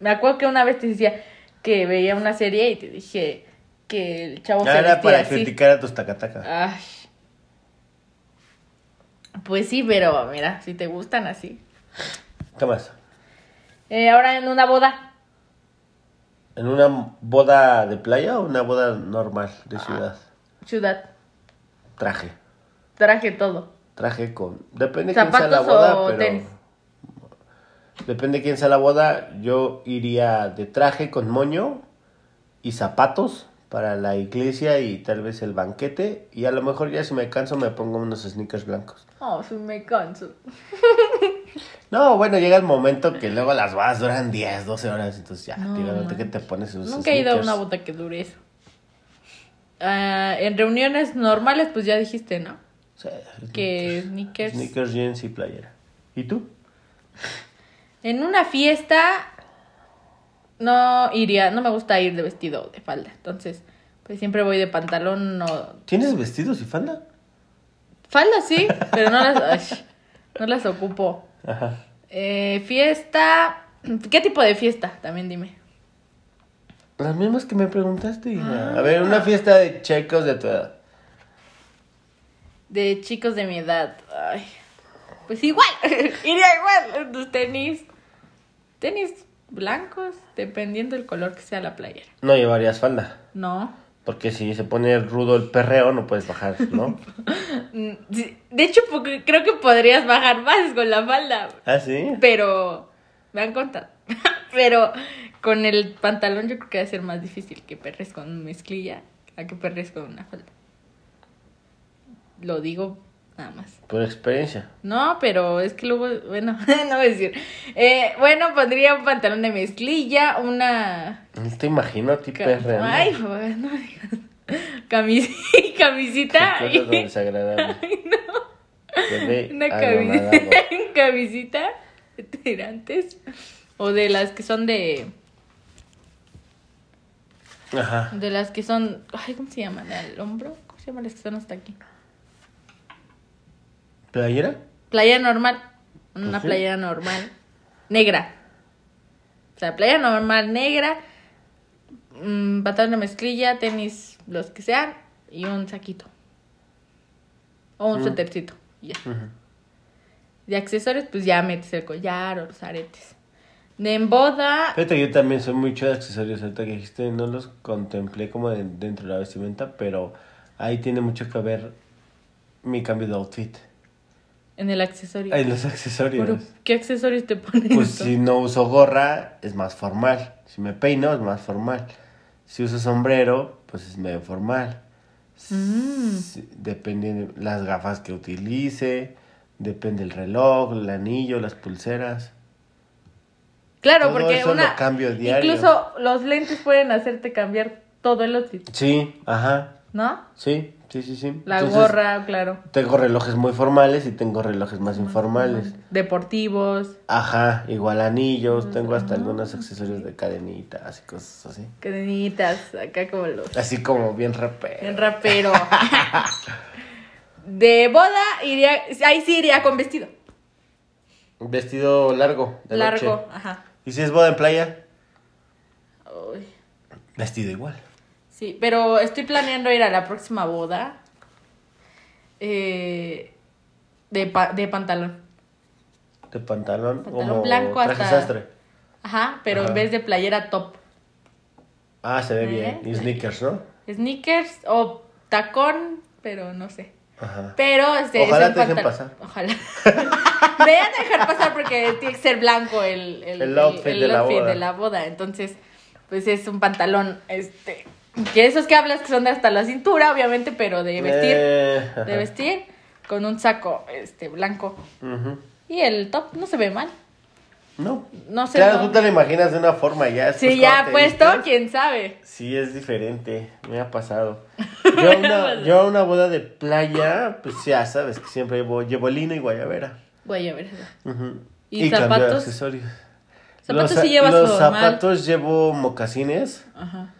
Speaker 1: Me acuerdo que una vez te decía que veía una serie y te dije que el chavo
Speaker 2: Ya
Speaker 1: se
Speaker 2: Ah, era
Speaker 1: vestía
Speaker 2: para
Speaker 1: así.
Speaker 2: criticar a tus tacatacas.
Speaker 1: Ay. Pues sí, pero mira, si te gustan así.
Speaker 2: ¿Qué más?
Speaker 1: Eh, ahora en una boda.
Speaker 2: ¿En una boda de playa o una boda normal
Speaker 1: Ah.
Speaker 2: de ciudad?
Speaker 1: Ciudad.
Speaker 2: Traje.
Speaker 1: Traje todo.
Speaker 2: Traje con. Depende quién sea la
Speaker 1: ¿Zapatos
Speaker 2: boda,
Speaker 1: o
Speaker 2: pero.
Speaker 1: tenis?
Speaker 2: Depende quién sea la boda. Yo iría de traje con moño y zapatos para la iglesia y tal vez el banquete. Y a lo mejor ya si me canso me pongo unos sneakers blancos.
Speaker 1: Oh, sí me canso.
Speaker 2: No, bueno, llega el momento que luego las bodas duran 10, 12 horas. Entonces ya,
Speaker 1: No,
Speaker 2: dígame que
Speaker 1: manches.
Speaker 2: te pones unos
Speaker 1: Nunca he ido a
Speaker 2: sneakers.
Speaker 1: una bota que dure eso. Ah, en reuniones normales, pues ya dijiste, ¿no?
Speaker 2: Sí,
Speaker 1: Que sneakers.
Speaker 2: Sneakers, jeans y playera. ¿Y tú?
Speaker 1: En una fiesta no iría, no me gusta ir de vestido o de falda. Entonces, pues siempre voy de pantalón o
Speaker 2: ¿Tienes vestidos y falda?
Speaker 1: falda sí, pero no las ay, no las ocupo.
Speaker 2: Ajá.
Speaker 1: Eh, fiesta, ¿qué tipo de fiesta? También dime.
Speaker 2: Pues Las mismas que me preguntaste, hija. A ver, una fiesta de checos de tu edad.
Speaker 1: De chicos de mi edad. Ay, pues igual, iría igual. Los tenis. Tenis blancos, dependiendo del color que sea la playera.
Speaker 2: No llevarías falda.
Speaker 1: No.
Speaker 2: Porque si se pone rudo el perreo, no puedes bajar, ¿no?
Speaker 1: Mm, sí, De hecho, po- creo que podrías bajar más con la falda.
Speaker 2: ¿Ah, sí?
Speaker 1: Pero. Me han contado. Pero con el pantalón yo creo que va a ser más difícil que perres con mezclilla a que perres con una falda. Lo digo nada más.
Speaker 2: Por experiencia.
Speaker 1: No, pero es que luego, bueno, no voy a decir. Eh, bueno, pondría un pantalón de mezclilla, una...
Speaker 2: No te imagino a ti
Speaker 1: ca-
Speaker 2: perreando.
Speaker 1: Ay, joder, no digas. Camis- camisita
Speaker 2: Qué
Speaker 1: y
Speaker 2: cosa tan desagradable. Quedé
Speaker 1: una
Speaker 2: anonadado.
Speaker 1: camisita, camisita de tirantes o de las que son de
Speaker 2: Ajá.
Speaker 1: de las que son, ay, ¿cómo se llaman? ¿Al hombro? ¿Cómo se llaman las que son hasta aquí?
Speaker 2: ¿Playera?
Speaker 1: Playa normal. Una
Speaker 2: Pues sí.
Speaker 1: playa normal. Negra. O sea, playa normal negra. mm, pantalón de mezclilla, tenis, los que sean. Y un saquito. O un
Speaker 2: Mm.
Speaker 1: suétercito. y Ya.
Speaker 2: Ujú.
Speaker 1: De accesorios, pues ya metes el collar o los aretes. De en boda.
Speaker 2: Fíjate, yo también soy mucho de accesorios. Ahorita que dijiste, no los contemplé como de- dentro de la vestimenta, pero ahí tiene mucho que ver mi cambio de outfit.
Speaker 1: En el accesorio.
Speaker 2: En los accesorios.
Speaker 1: Pero, ¿Qué accesorios te pones?
Speaker 2: Pues
Speaker 1: tú?
Speaker 2: si no uso gorra, es más formal. Si me peino, es más formal. Si uso sombrero, pues es medio formal.
Speaker 1: Mm.
Speaker 2: Si- dependiendo las gafas que utilice, depende el reloj, el anillo, las pulseras.
Speaker 1: Claro,
Speaker 2: todo
Speaker 1: porque
Speaker 2: eso
Speaker 1: una.
Speaker 2: lo cambio diario.
Speaker 1: Incluso los lentes pueden hacerte cambiar todo el outfit,
Speaker 2: Sí, ajá.
Speaker 1: ¿no?
Speaker 2: Sí, sí, sí, sí.
Speaker 1: La
Speaker 2: Entonces,
Speaker 1: gorra, claro.
Speaker 2: Tengo relojes muy formales y tengo relojes más informales.
Speaker 1: Deportivos,
Speaker 2: Ajá, igual anillos, tengo hasta
Speaker 1: Ah,
Speaker 2: algunos accesorios de cadenitas y cosas así.
Speaker 1: cadenitas, acá como los.
Speaker 2: Así como bien rapero.
Speaker 1: El rapero. De boda iría, ahí sí iría con vestido.
Speaker 2: Vestido largo. de
Speaker 1: largo,
Speaker 2: noche.
Speaker 1: ajá.
Speaker 2: ¿Y si es boda en playa?
Speaker 1: Uy,
Speaker 2: Vestido igual.
Speaker 1: sí, pero estoy planeando ir a la próxima boda. eh, de, pa- de pantalón.
Speaker 2: De pantalón.
Speaker 1: Pantalón
Speaker 2: como
Speaker 1: blanco
Speaker 2: traje
Speaker 1: hasta-
Speaker 2: sastre.
Speaker 1: Ajá, pero
Speaker 2: Ajá.
Speaker 1: en vez de playera top.
Speaker 2: Ah, se ve
Speaker 1: ¿Eh?
Speaker 2: bien. Y sneakers, ¿no?
Speaker 1: Sneakers o tacón, pero no sé.
Speaker 2: Ajá.
Speaker 1: Pero este,
Speaker 2: Ojalá
Speaker 1: es un
Speaker 2: te dejen
Speaker 1: pantal-
Speaker 2: pasar.
Speaker 1: Ojalá. Me van a dejar pasar porque tiene que ser blanco el, el,
Speaker 2: El outfit de la boda.
Speaker 1: de la boda. Entonces, pues es un pantalón, este, que esos que hablas que son de hasta la cintura, obviamente, pero de vestir,
Speaker 2: Eh, ajá.
Speaker 1: de vestir, con un saco, este, blanco.
Speaker 2: Ujú.
Speaker 1: Y el top no se ve mal.
Speaker 2: No.
Speaker 1: No sé.
Speaker 2: claro,
Speaker 1: no-
Speaker 2: tú te lo imaginas de una forma ya. después
Speaker 1: Sí, ya
Speaker 2: cuando Pues te
Speaker 1: puesto,
Speaker 2: vistes,
Speaker 1: quién sabe.
Speaker 2: Sí, es diferente. Me ha pasado. Yo a una, yo a una boda de playa, pues ya sabes que siempre llevo, llevo lino y guayabera.
Speaker 1: Voy a ver.
Speaker 2: Ujú.
Speaker 1: ¿Y
Speaker 2: cambio de
Speaker 1: zapatos?
Speaker 2: accesorios.
Speaker 1: Zapatos
Speaker 2: los,
Speaker 1: sí llevas
Speaker 2: los
Speaker 1: normal.
Speaker 2: zapatos llevo mocasines
Speaker 1: Ajá.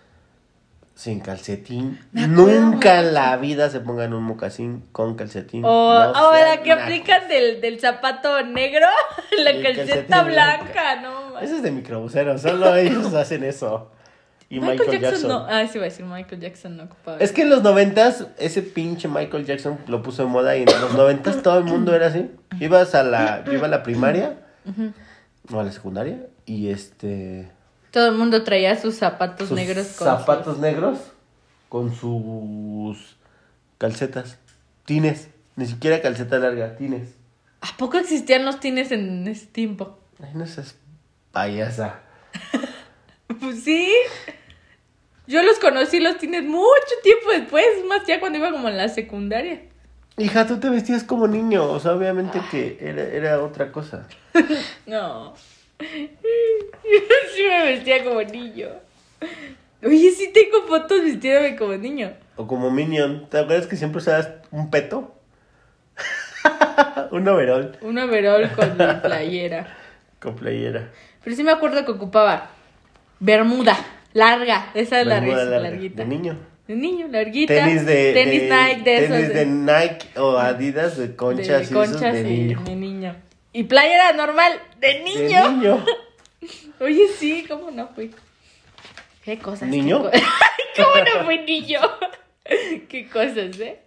Speaker 2: sin calcetín.
Speaker 1: Me acuerdo
Speaker 2: Nunca
Speaker 1: mucho.
Speaker 2: en la vida se pongan un mocasín con calcetín.
Speaker 1: O Oh, ahora que
Speaker 2: aplica
Speaker 1: aplican del, del zapato negro, la
Speaker 2: Y
Speaker 1: calceta
Speaker 2: calcetín blanca.
Speaker 1: blanca, no manches.
Speaker 2: Eso es de microbusero, solo ellos hacen eso. Y Michael, Jackson.
Speaker 1: no. Ah, sí, voy a decir Michael Jackson no ocupaba.
Speaker 2: Es que en los noventas, ese pinche Michael Jackson lo puso de moda y en los noventas todo el mundo era así. Ibas a la, yo iba a la primaria o a la secundaria y este...
Speaker 1: Todo el mundo traía sus zapatos
Speaker 2: sus
Speaker 1: negros con
Speaker 2: zapatos negros con sus calcetas, tines, ni siquiera calceta larga, tines.
Speaker 1: sus- ¿A poco existían los tines en ese tiempo?
Speaker 2: Ay, no seas payasa.
Speaker 1: Pues sí. Yo los conocí los tines mucho tiempo después, es más ya cuando iba como en la secundaria.
Speaker 2: Hija, tú te vestías como niño, o sea, obviamente que era, era otra cosa.
Speaker 1: No. sí me vestía como niño. Oye, sí tengo fotos vistiéndome como niño.
Speaker 2: O como Minion, ¿te acuerdas que siempre usabas un peto? un overall
Speaker 1: Un overol con la playera.
Speaker 2: con playera.
Speaker 1: Pero sí me acuerdo que ocupaba bermuda larga, esa es la
Speaker 2: Bermuda larga,
Speaker 1: larguita.
Speaker 2: De niño.
Speaker 1: De niño, larguita.
Speaker 2: Tenis de...
Speaker 1: Tenis
Speaker 2: de-
Speaker 1: Nike, de esos.
Speaker 2: Tenis de Nike o Adidas de conchas,
Speaker 1: de
Speaker 2: y esos
Speaker 1: conchas
Speaker 2: de
Speaker 1: y
Speaker 2: niño.
Speaker 1: de niño. Y playera normal, de
Speaker 2: De
Speaker 1: niño.
Speaker 2: niño.
Speaker 1: Oye, sí, ¿cómo no fui? ¿Qué cosas?
Speaker 2: ¿Niño?
Speaker 1: qué co- ¿Cómo no fui niño? ¿Qué cosas, eh?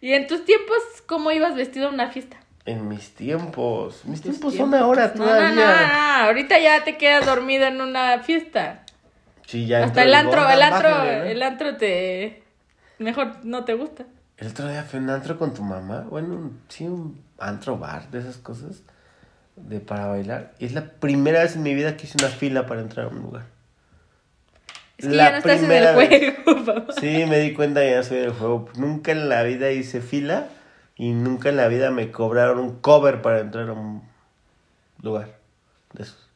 Speaker 1: ¿Y en tus tiempos cómo ibas vestido a una fiesta?
Speaker 2: En mis tiempos. Mis
Speaker 1: Tus
Speaker 2: tiempos, son ahora
Speaker 1: No,
Speaker 2: todavía.
Speaker 1: No, no, no, ahorita ya te quedas dormido en una fiesta.
Speaker 2: Sí, ya
Speaker 1: Hasta
Speaker 2: entró
Speaker 1: el antro,
Speaker 2: gordo,
Speaker 1: el antro,
Speaker 2: bájale, ¿no?
Speaker 1: el antro te... Mejor no te gusta.
Speaker 2: El otro día fue un antro con tu mamá. Bueno, un- sí, un antro bar de esas cosas. De para bailar. Y es la primera vez en mi vida que hice una fila para entrar a un lugar.
Speaker 1: Es que
Speaker 2: La
Speaker 1: ya no estás en el
Speaker 2: primera vez.
Speaker 1: juego, papá.
Speaker 2: Sí, me di cuenta que ya soy del juego. Nunca en la vida hice fila Y nunca en la vida me cobraron un cover para entrar a un lugar de esos.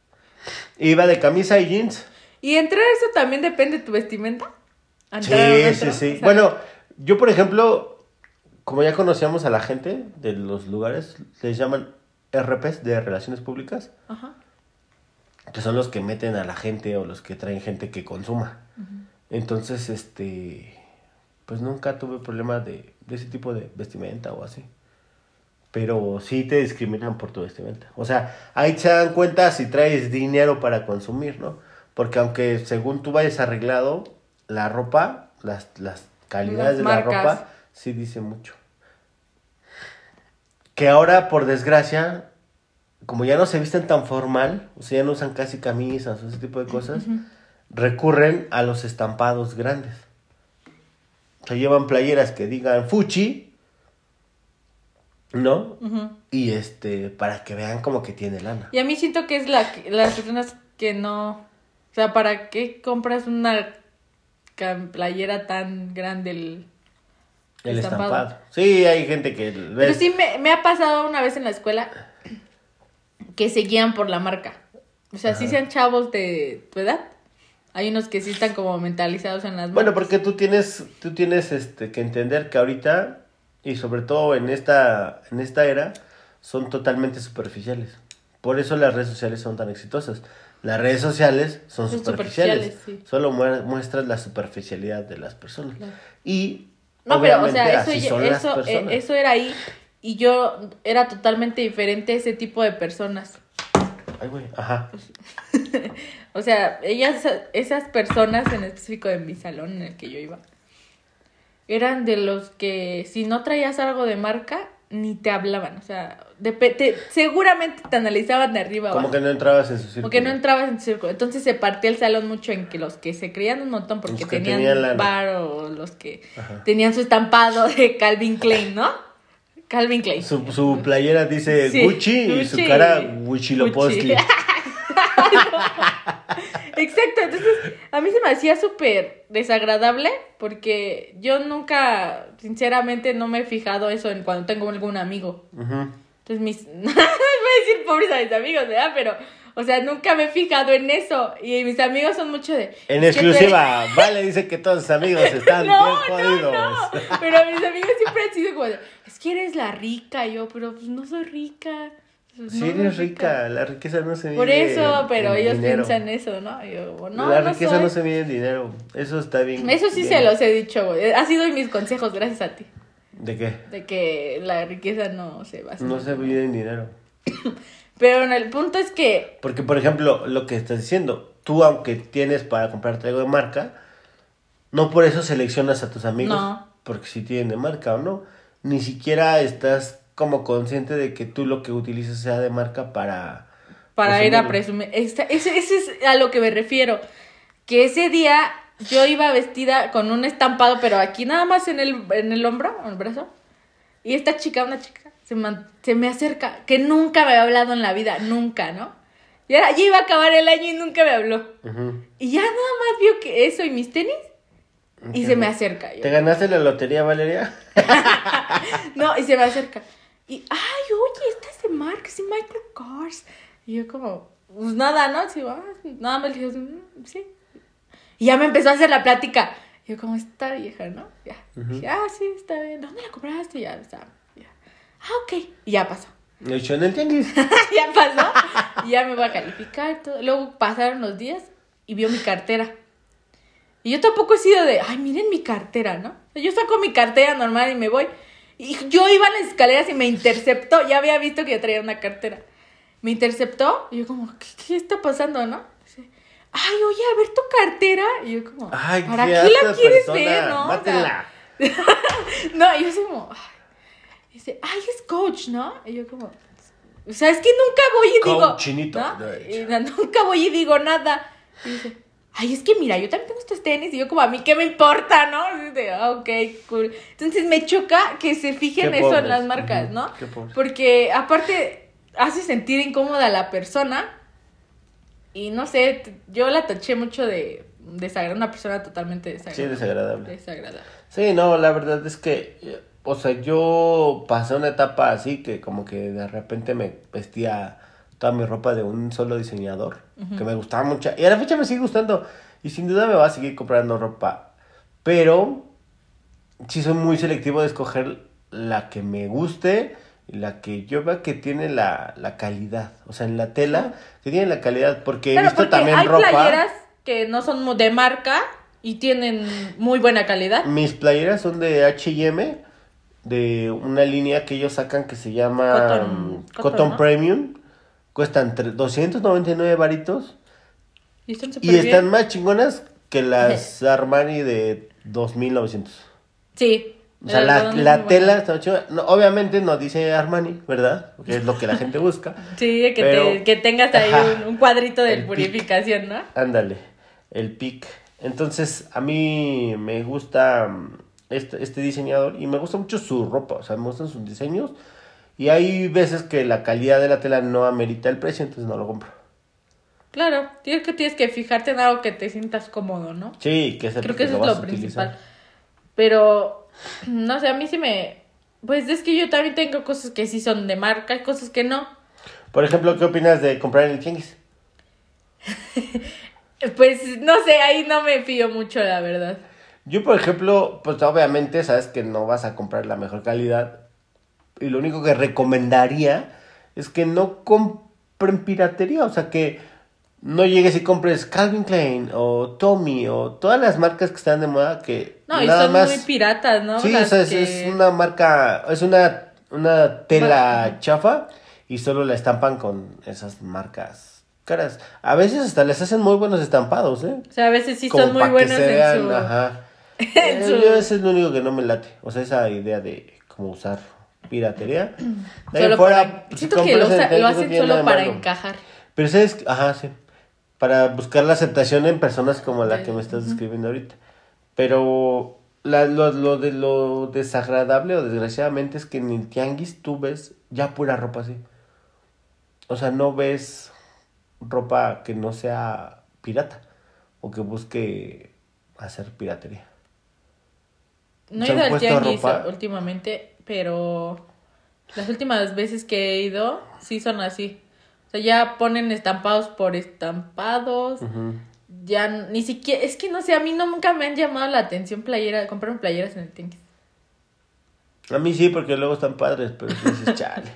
Speaker 2: Iba de camisa y jeans.
Speaker 1: ¿Y entrar eso también depende de tu vestimenta?
Speaker 2: Sí,
Speaker 1: ¿Entrar a un
Speaker 2: sí,
Speaker 1: antro?
Speaker 2: sí.
Speaker 1: O sea,
Speaker 2: Bueno, yo por ejemplo, como ya conocíamos a la gente de los lugares, les llaman RPs de Relaciones Públicas,
Speaker 1: Ajá.
Speaker 2: que son los que meten a la gente o los que traen gente que consuma. Entonces, este, pues nunca tuve problemas de, de ese tipo de vestimenta o así. Pero sí te discriminan por tu vestimenta. O sea, ahí se dan cuenta si traes dinero para consumir, ¿no? Porque aunque según tú vayas arreglado, la ropa, las, las
Speaker 1: Las
Speaker 2: calidades de la
Speaker 1: marcas.
Speaker 2: ropa, sí dice mucho. Que ahora, por desgracia, como ya no se visten tan formal, o sea, ya no usan casi camisas o ese tipo de cosas, recurren a los estampados grandes. O sea, llevan playeras que digan Fuchi, ¿no?
Speaker 1: Ujú.
Speaker 2: Y este, para que vean como que tiene lana.
Speaker 1: Y a mí siento que es la, que- las personas que no... O sea, ¿para qué compras una cam- playera tan grande? El...
Speaker 2: El estampado.
Speaker 1: Estampado.
Speaker 2: Sí, hay gente que
Speaker 1: Pero
Speaker 2: ves.
Speaker 1: sí, me, me ha pasado una vez en la escuela que se guían por la marca. O sea, sí sean chavos de tu edad. Hay unos que sí están como mentalizados en las
Speaker 2: Bueno,
Speaker 1: marcas.
Speaker 2: porque tú tienes, tú tienes este, que entender que ahorita, y sobre todo en esta, en esta era, son totalmente superficiales. Por eso las redes sociales son tan exitosas. Las redes sociales son,
Speaker 1: Son
Speaker 2: superficiales.
Speaker 1: superficiales, sí.
Speaker 2: Solo muer- muestras la superficialidad de las personas.
Speaker 1: Claro.
Speaker 2: Y
Speaker 1: No, pero, o
Speaker 2: obviamente,
Speaker 1: sea, eso,
Speaker 2: así
Speaker 1: ya-
Speaker 2: son las
Speaker 1: eso, eh,
Speaker 2: personas.
Speaker 1: eso era ahí y yo era totalmente diferente a ese tipo de personas.
Speaker 2: Ay, güey, ajá.
Speaker 1: O sea, ellas, esas personas en específico de mi salón en el que yo iba, eran de los que si no traías algo de marca, ni te hablaban. O sea, de pe- te- seguramente te analizaban de arriba
Speaker 2: Como
Speaker 1: abajo.
Speaker 2: que no entrabas en su círculo.
Speaker 1: Porque no entrabas en tu círculo. Entonces se partía el salón mucho en que los que se creían un montón porque
Speaker 2: Los que
Speaker 1: tenían,
Speaker 2: tenían lana.
Speaker 1: bar o los que
Speaker 2: Ajá.
Speaker 1: tenían su estampado de Calvin Klein, ¿no? Calvin Klein.
Speaker 2: Su, su playera dice
Speaker 1: Sí,
Speaker 2: Gucci, y su
Speaker 1: Gucci.
Speaker 2: cara
Speaker 1: Gucci.
Speaker 2: Huichilopochtli.
Speaker 1: Exacto, entonces a mí se me hacía súper desagradable porque yo nunca, sinceramente, no me he fijado eso en cuando tengo algún amigo.
Speaker 2: Ujú.
Speaker 1: Entonces mis... Voy a decir pobres a mis amigos, ¿verdad? Pero, o sea, nunca me he fijado en eso. Y mis amigos son mucho de...
Speaker 2: En
Speaker 1: "Es que tú eres
Speaker 2: exclusiva, Vale dice que todos sus amigos están bien jodidos.
Speaker 1: no, no. Pero mis amigos siempre han sido como, de, es que eres la rica. Y yo, pero pues no soy rica. Pues,
Speaker 2: Si
Speaker 1: no
Speaker 2: eres
Speaker 1: soy
Speaker 2: rica, la riqueza no se mide.
Speaker 1: Por eso, pero
Speaker 2: en
Speaker 1: ellos
Speaker 2: dinero.
Speaker 1: piensan eso, ¿no? Y yo, no,
Speaker 2: la
Speaker 1: no
Speaker 2: riqueza
Speaker 1: soy.
Speaker 2: no se mide en dinero. Eso está bien.
Speaker 1: Eso sí
Speaker 2: bien.
Speaker 1: se los he dicho, güey. Ha sido mis consejos, gracias a ti.
Speaker 2: ¿De qué?
Speaker 1: De que la riqueza no se basa.
Speaker 2: No se mide en dinero.
Speaker 1: Pero en el punto es que.
Speaker 2: Porque, por ejemplo, lo que estás diciendo, tú, aunque tienes para comprarte algo de marca, no por eso seleccionas a tus amigos.
Speaker 1: No.
Speaker 2: Porque si tienen de marca o no. Ni siquiera estás como consciente de que tú lo que utilizas sea de marca para.
Speaker 1: Para
Speaker 2: Pues
Speaker 1: ir a
Speaker 2: presumirlo.
Speaker 1: presumir. Esta- ese, ese es a lo que me refiero. Que ese día yo iba vestida con un estampado, pero aquí nada más en el, en el hombro, en el brazo. Y esta chica, una chica, se me, se me acerca, que nunca me había hablado en la vida, nunca, ¿no? Y ahora ya iba a acabar el año y nunca me habló.
Speaker 2: Ujú.
Speaker 1: Y ya nada más vio que eso y mis tenis. Y
Speaker 2: Ok.
Speaker 1: se me acerca. yo.
Speaker 2: ¿Te ganaste la lotería, Valeria?
Speaker 1: No, y se me acerca. Y, ay, oye, esta es de Mark, es de Michael Kors. Y yo como, pues nada, ¿no? Sí, va, nada más le dije, "Mm, sí. Y ya me empezó a hacer la plática. Y yo como, está vieja, ¿no? Ya. Dije, ah, sí, está bien. ¿Dónde la compraste? Y Ya, o sea, ya. Ah, ok. Y ya pasó.
Speaker 2: Lo echó en el tianguis.
Speaker 1: ya pasó. Y ya me voy a calificar y todo. Luego pasaron los días y vio mi cartera. Y yo tampoco he sido de, ay, miren mi cartera, ¿no? O sea, Yo saco mi cartera normal y me voy. Y yo iba a las escaleras y me interceptó. Ya había visto que yo traía una cartera. Me interceptó y yo como, ¿qué, qué está pasando, no? Dice, Ay, oye, a ver tu cartera. Y yo como,
Speaker 2: Ay,
Speaker 1: ¿para
Speaker 2: qué
Speaker 1: qué la
Speaker 2: asco de
Speaker 1: quieres
Speaker 2: persona.
Speaker 1: ver, no? O sea,
Speaker 2: Mátenla.
Speaker 1: no, y yo así como. ay. Dice, ay, es coach, ¿no? Y yo como. O sea, es que nunca voy y digo.
Speaker 2: Coachinito,
Speaker 1: ¿no?
Speaker 2: de
Speaker 1: Y
Speaker 2: hecho.
Speaker 1: no, nunca voy y digo nada. Y dice, ay, es que mira, yo también tengo estos tenis. Y yo como, a mí qué me importa, ¿no? Y dice, ah, ok, cool. Entonces me choca que se fijen
Speaker 2: Qué
Speaker 1: eso
Speaker 2: pobres,
Speaker 1: en las marcas,
Speaker 2: ujú,
Speaker 1: ¿no?
Speaker 2: qué pobres.
Speaker 1: Porque aparte hace sentir incómoda a la persona. Y no sé, t- yo la taché mucho de desagradable, una persona totalmente
Speaker 2: Sí,
Speaker 1: desagradable.
Speaker 2: desagradable.
Speaker 1: desagradable.
Speaker 2: Sí, no, la verdad es que eh, o sea, yo pasé una etapa así que como que de repente me vestía toda mi ropa de un solo diseñador, que me gustaba mucho. Y a la fecha me sigue gustando. Y sin duda me va a seguir comprando ropa. Pero sí soy muy selectivo de escoger la que me guste y la que yo vea que tiene la, la calidad. O sea, en la tela, que tiene la calidad. Porque he
Speaker 1: Claro,
Speaker 2: visto
Speaker 1: porque
Speaker 2: también
Speaker 1: hay
Speaker 2: ropa.
Speaker 1: playeras que no son mu- de marca y tienen muy buena calidad.
Speaker 2: Mis playeras son de HM, de una línea que ellos sacan que se llama
Speaker 1: Cotton-
Speaker 2: mm,
Speaker 1: Cotton,
Speaker 2: Cotton,
Speaker 1: ¿no?
Speaker 2: Premium. Cuestan tre- 299 varitos.
Speaker 1: Y están súper
Speaker 2: Y están
Speaker 1: bien.
Speaker 2: más chingonas que las Armani de 2900.
Speaker 1: Sí.
Speaker 2: O sea,
Speaker 1: el
Speaker 2: la,
Speaker 1: algodón es
Speaker 2: la
Speaker 1: muy
Speaker 2: tela
Speaker 1: bueno.
Speaker 2: está chingona. No, obviamente no dice Armani, ¿verdad? Porque es lo que la gente busca.
Speaker 1: Sí, que, te,
Speaker 2: pero-
Speaker 1: que tengas ahí
Speaker 2: Ajá.
Speaker 1: un, un cuadrito de
Speaker 2: El pic.
Speaker 1: purificación, ¿no?
Speaker 2: Ándale, el pic. Entonces, a mí me gusta mm, este, este diseñador y me gusta mucho su ropa, o sea, me gustan sus diseños. Y hay veces que la calidad de la tela no amerita el precio, entonces no lo compro.
Speaker 1: Claro, tienes que, tienes que fijarte en algo que te sientas cómodo, ¿no?
Speaker 2: Sí, que es el
Speaker 1: Creo que
Speaker 2: lo
Speaker 1: eso es
Speaker 2: vas
Speaker 1: lo
Speaker 2: a
Speaker 1: principal.
Speaker 2: utilizar.
Speaker 1: Pero, no sé, a mí sí me... Pues es que yo también tengo cosas que sí son de marca y cosas que no.
Speaker 2: Por ejemplo, ¿qué opinas de comprar en el tianguis?
Speaker 1: Pues no sé, ahí no me fío mucho, la verdad.
Speaker 2: Yo, por ejemplo, pues obviamente sabes que no vas a comprar la mejor calidad. Y lo único que recomendaría es que no compren piratería. O sea, que no llegues y compres Calvin Klein o Tommy o todas las marcas que están de moda que
Speaker 1: No, y
Speaker 2: nada
Speaker 1: son
Speaker 2: más...
Speaker 1: muy piratas, ¿no?
Speaker 2: Sí, o
Speaker 1: Las
Speaker 2: sea, es,
Speaker 1: que-
Speaker 2: es una marca, es una, una tela chafa y solo la estampan con esas marcas caras. A veces hasta les hacen muy buenos estampados, ¿eh?
Speaker 1: O sea, a veces sí
Speaker 2: como
Speaker 1: son muy
Speaker 2: pa' que
Speaker 1: buenas
Speaker 2: se vean,
Speaker 1: en su...
Speaker 2: ajá.
Speaker 1: en
Speaker 2: Eh,
Speaker 1: su-
Speaker 2: Yo ese es lo único que no me late. O sea, esa idea de cómo usar piratería. De ahí
Speaker 1: Solo
Speaker 2: fuera, pues,
Speaker 1: para-
Speaker 2: si
Speaker 1: Siento que
Speaker 2: compras
Speaker 1: lo,
Speaker 2: en
Speaker 1: usa-
Speaker 2: internet,
Speaker 1: lo
Speaker 2: no
Speaker 1: hacen
Speaker 2: tiene nada
Speaker 1: solo
Speaker 2: de
Speaker 1: para
Speaker 2: malo.
Speaker 1: encajar.
Speaker 2: Pero sabes, que- ajá, sí. Para buscar la aceptación en personas como la que me estás describiendo ahorita. Pero la- lo, lo de, lo desagradable o desgraciadamente es que en el tianguis tú ves ya pura ropa así. O sea, no ves ropa que no sea pirata o que busque hacer piratería.
Speaker 1: No he
Speaker 2: Se han
Speaker 1: ido al
Speaker 2: puesto
Speaker 1: tianguis
Speaker 2: ropa-
Speaker 1: últimamente, pero las últimas veces que he ido sí son así. O sea, ya ponen estampados por estampados. Ya ni siquiera, es que no sé, a mí no nunca me han llamado la atención playera, compraron playeras en el tianguis.
Speaker 2: A mí sí, porque luego están padres, pero sí dices, chale.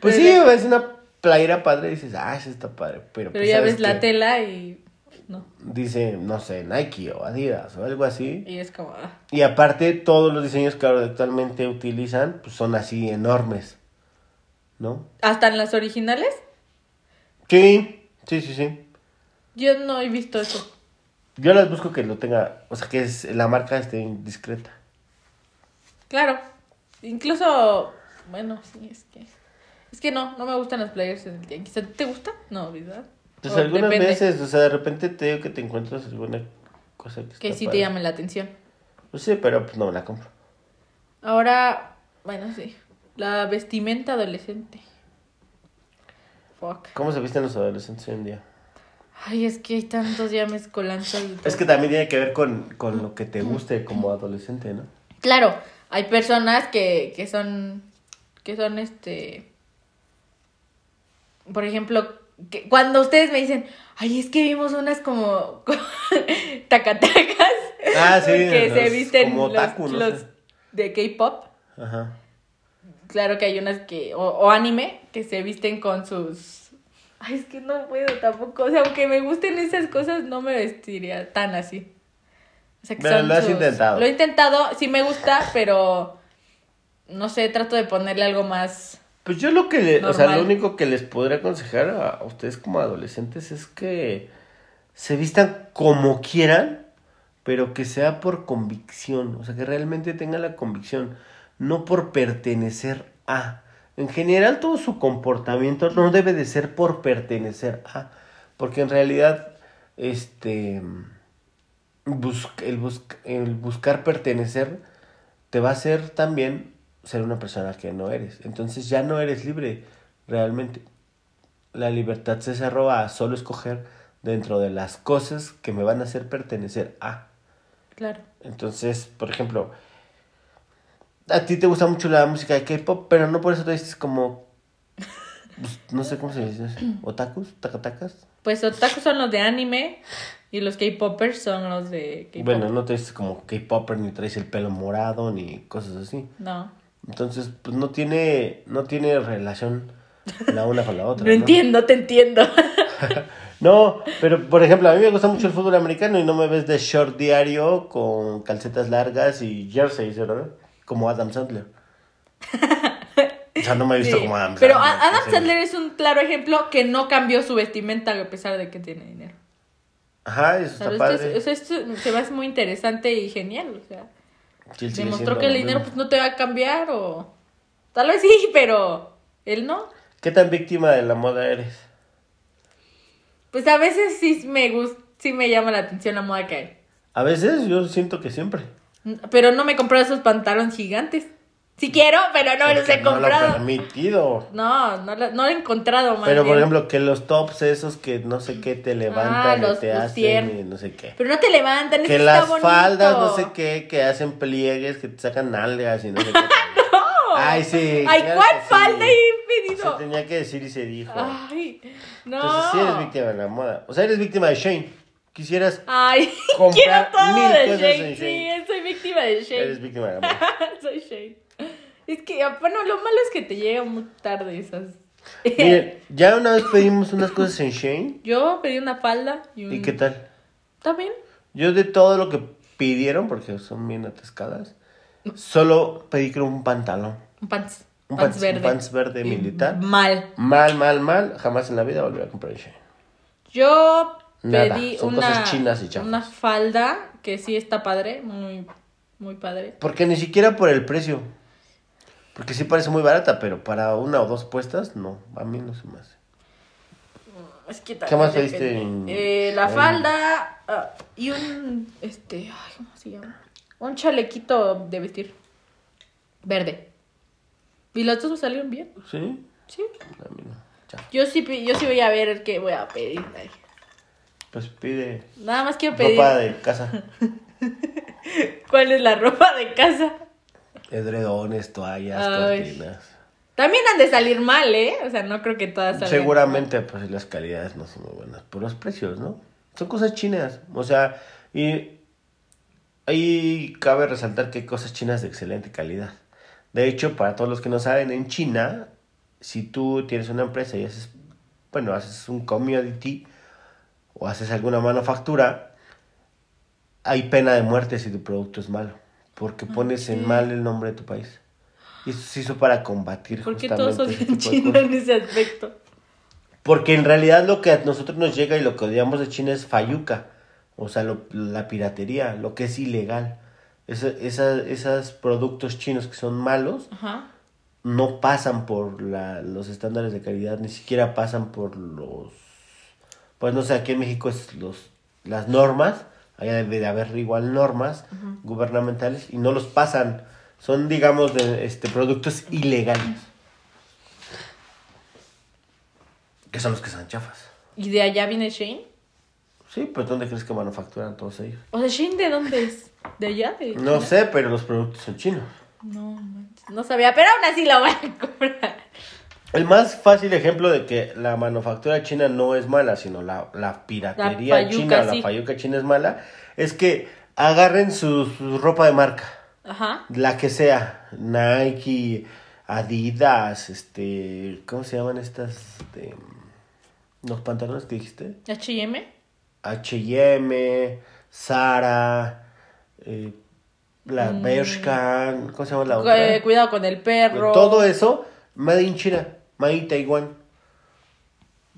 Speaker 2: Pues sí,
Speaker 1: Pero-
Speaker 2: ves una playera padre y dices, ah, esa está padre. Pero,
Speaker 1: Pero
Speaker 2: pues,
Speaker 1: ya
Speaker 2: ¿sabes
Speaker 1: ves la
Speaker 2: qué?
Speaker 1: tela y no.
Speaker 2: dice, no sé, Nike o Adidas o algo así.
Speaker 1: Y es como, ah,
Speaker 2: Y aparte, todos los diseños que ahora actualmente utilizan, pues son así enormes, ¿no?
Speaker 1: hasta en las originales
Speaker 2: Sí, sí, sí, sí.
Speaker 1: yo no he visto eso.
Speaker 2: Yo las busco que lo tenga, o sea, que es, la marca esté discreta.
Speaker 1: Claro. Incluso, bueno, sí, es que es que no, no me gustan las playeras en el tianguis. ¿A ti te gusta? No, ¿verdad?
Speaker 2: Pues
Speaker 1: O
Speaker 2: algunas
Speaker 1: Oh, depende,
Speaker 2: veces, o sea, de repente te digo que te encuentras alguna cosa que,
Speaker 1: que
Speaker 2: está
Speaker 1: sí te
Speaker 2: padre.
Speaker 1: llame la atención.
Speaker 2: Pues sí, pero pues no me la compro.
Speaker 1: Ahora, bueno, sí. La vestimenta adolescente. Fuck.
Speaker 2: ¿Cómo se visten los adolescentes hoy en día?
Speaker 1: Ay, es que hay tantos ya mezcolanzas. y todo.
Speaker 2: Es que también tiene que ver con, con lo que te
Speaker 1: Mm.
Speaker 2: guste como adolescente, ¿no?
Speaker 1: Claro, hay personas que, que son, que son este, por ejemplo, que cuando ustedes me dicen, ay, es que vimos unas como tacatacas,
Speaker 2: Ah, sí,
Speaker 1: que se
Speaker 2: los-
Speaker 1: visten
Speaker 2: como
Speaker 1: los,
Speaker 2: otaku, no
Speaker 1: los
Speaker 2: sé.
Speaker 1: de K-pop,
Speaker 2: Ajá.
Speaker 1: claro que hay unas que, o, o anime, que se visten con sus, ay, es que no puedo tampoco, o sea, aunque me gusten esas cosas, no me vestiría tan así. O sea, que
Speaker 2: Pero
Speaker 1: son
Speaker 2: lo has
Speaker 1: sus-
Speaker 2: intentado.
Speaker 1: Lo he intentado, sí me gusta, pero no sé, trato de ponerle algo más.
Speaker 2: Pues yo lo que, le- o sea,
Speaker 1: Normal.
Speaker 2: lo único que les podría aconsejar a, a ustedes como adolescentes es que se vistan como quieran, pero que sea por convicción, o sea, que realmente tengan la convicción, no por pertenecer a. En general todo su comportamiento no debe de ser por pertenecer a, porque en realidad, este, bus- el, bus- el buscar pertenecer te va a hacer también ser una persona que no eres. Entonces ya no eres libre realmente. La libertad se cerró a solo escoger dentro de las cosas que me van a hacer pertenecer a.
Speaker 1: Claro.
Speaker 2: Entonces, por ejemplo, a ti te gusta mucho la música de K-pop, pero no por eso te dices como. pues, no sé cómo se dice. eso. ¿Otakus? ¿Takatacas?
Speaker 1: Pues otaku son los de anime y los K-popers son los de K-pop.
Speaker 2: Bueno, no te dices como K-popper, ni traes el pelo morado, ni cosas así.
Speaker 1: no.
Speaker 2: Entonces, pues no tiene, no tiene relación la una con la otra.
Speaker 1: No entiendo, te entiendo.
Speaker 2: No, pero por ejemplo, a mí me gusta mucho el fútbol americano y no me ves de short diario con calcetas largas y jerseys, ¿verdad? Como Adam Sandler. O sea, no me he visto
Speaker 1: Sí,
Speaker 2: como Adam
Speaker 1: Pero
Speaker 2: Sandler.
Speaker 1: a- Adam
Speaker 2: sí.
Speaker 1: Sandler es un claro ejemplo que no cambió su vestimenta a pesar de que tiene dinero.
Speaker 2: Ajá,
Speaker 1: O
Speaker 2: eso
Speaker 1: sea,
Speaker 2: está
Speaker 1: esto, es-
Speaker 2: padre.
Speaker 1: o sea, esto se me hace muy interesante y genial. O sea,
Speaker 2: Sí, él sigue
Speaker 1: demostró
Speaker 2: siendo
Speaker 1: que el
Speaker 2: lo
Speaker 1: dinero
Speaker 2: mismo.
Speaker 1: pues, no te va a cambiar o... Tal vez sí, pero él no.
Speaker 2: ¿Qué tan víctima de la moda eres?
Speaker 1: Pues a veces sí me gusta, sí me llama la atención la moda que hay.
Speaker 2: A veces yo siento que siempre.
Speaker 1: Pero no me he comprado esos pantalones gigantes. Sí quiero, pero no los
Speaker 2: Porque
Speaker 1: he
Speaker 2: No lo
Speaker 1: comprado.
Speaker 2: permitido.
Speaker 1: No, no, la- no lo he encontrado más
Speaker 2: Pero
Speaker 1: bien.
Speaker 2: por
Speaker 1: Ah,
Speaker 2: ejemplo, que los tops esos que no sé qué te levantan,
Speaker 1: los
Speaker 2: y te
Speaker 1: bustier.
Speaker 2: hacen y no sé qué.
Speaker 1: Pero no te levantan,
Speaker 2: Que
Speaker 1: eso
Speaker 2: las
Speaker 1: está bonito.
Speaker 2: faldas, no sé qué, que hacen pliegues, que te sacan nalgas y no sé qué. Ay, sí.
Speaker 1: Ay,
Speaker 2: claro
Speaker 1: ¿cuál
Speaker 2: que sí.
Speaker 1: falda he
Speaker 2: Se
Speaker 1: pedido?
Speaker 2: tenía que decir y se dijo.
Speaker 1: Ay, no.
Speaker 2: Entonces sí eres víctima de la moda. O sea, eres víctima de Shane. Quisieras...
Speaker 1: Ay, quiero
Speaker 2: Comprar
Speaker 1: todo
Speaker 2: mil
Speaker 1: de
Speaker 2: cosas
Speaker 1: Shane.
Speaker 2: en
Speaker 1: Sí,
Speaker 2: Shane.
Speaker 1: soy víctima de
Speaker 2: Eres
Speaker 1: Shane.
Speaker 2: víctima de la moda.
Speaker 1: soy Shane. Es que, ah, bueno, lo malo es que te llegan muy tarde esas.
Speaker 2: Miren, ya una vez pedimos unas cosas en Shane.
Speaker 1: Yo pedí una falda y un...
Speaker 2: ¿Y qué tal?
Speaker 1: ¿Está bien?
Speaker 2: Yo de todo lo que pidieron, porque son bien atascadas, solo pedí creo un pantalón.
Speaker 1: Un pants.
Speaker 2: Un
Speaker 1: pants,
Speaker 2: pants, un
Speaker 1: verde.
Speaker 2: pants verde
Speaker 1: Y
Speaker 2: militar.
Speaker 1: Mal.
Speaker 2: Mal, mal, mal. Jamás en la vida volveré a comprar en Shein.
Speaker 1: Yo
Speaker 2: Nada,
Speaker 1: pedí
Speaker 2: son
Speaker 1: una,
Speaker 2: cosas chinas y chafas.
Speaker 1: una falda que sí está padre, muy, muy padre.
Speaker 2: Porque ni siquiera por el precio. Porque sí parece muy barata, pero para una o dos puestas, no. A mí no se me hace.
Speaker 1: Es que
Speaker 2: ¿Qué
Speaker 1: también
Speaker 2: más pediste
Speaker 1: depende.
Speaker 2: en-
Speaker 1: Eh, la
Speaker 2: en-
Speaker 1: falda ah, y un, este, ay, ¿cómo se llama? Un chalequito de vestir verde. Y los dos me salieron bien,
Speaker 2: ¿Sí?
Speaker 1: sí.
Speaker 2: A mí no. Ya.
Speaker 1: Yo sí, pi- yo sí voy a ver qué voy a pedir. ay.
Speaker 2: Pues pide
Speaker 1: Nada más quiero pedir
Speaker 2: ropa de casa.
Speaker 1: cuál es la ropa de casa.
Speaker 2: Edredones, toallas,
Speaker 1: Ay.
Speaker 2: cortinas.
Speaker 1: También han de salir mal, ¿eh? O sea, no creo que todas salgan.
Speaker 2: Seguramente, pues las calidades no son muy buenas. Por los precios, ¿no? Son cosas chinas. O sea, y ahí cabe resaltar que hay cosas chinas de excelente calidad. De hecho, para todos los que no saben, en China, si tú tienes una empresa y haces, bueno, haces un commodity o haces alguna manufactura, hay pena de muerte si tu producto es malo. Porque pones en mal el nombre de tu país. Y eso se hizo para combatir
Speaker 1: Porque
Speaker 2: justamente
Speaker 1: todos
Speaker 2: ese
Speaker 1: odian
Speaker 2: tipo de
Speaker 1: China
Speaker 2: cosas.
Speaker 1: en ese aspecto.
Speaker 2: Porque en realidad lo que a nosotros nos llega y lo que odiamos de China es falluca. O sea, lo- la piratería, lo que es ilegal. Esa- esa- esos productos chinos que son malos
Speaker 1: Ajá.
Speaker 2: no pasan por la- los estándares de calidad, ni siquiera pasan por los... Pues no sé, aquí en México es los, las normas, allá debe de haber igual normas gubernamentales y no los pasan. Son, digamos, de, este, productos ilegales. Que son los que son chafas.
Speaker 1: ¿Y de allá viene Shane?
Speaker 2: Sí, pero ¿dónde crees que manufacturan todos ellos?
Speaker 1: O sea, Shane, ¿de dónde es? ¿De allá? ¿De
Speaker 2: No
Speaker 1: China?
Speaker 2: sé, pero los productos son chinos.
Speaker 1: No, manches, no sabía, pero aún así la voy a comprar.
Speaker 2: El más fácil ejemplo de que la manufactura china no es mala, sino la, la piratería
Speaker 1: La fayuca,
Speaker 2: china,
Speaker 1: sí.
Speaker 2: la fayuca china es mala, es que agarren su, su ropa de marca,
Speaker 1: Ajá.
Speaker 2: la que sea, Nike, Adidas, este, ¿cómo se llaman estas? este, los pantalones que dijiste?
Speaker 1: H&M.
Speaker 2: H&M, Zara, eh, la Bershka, ¿cómo se llama la otra?
Speaker 1: Mm. Eh, cuidado con el perro.
Speaker 2: Todo eso, Made in China, Made in Taiwán.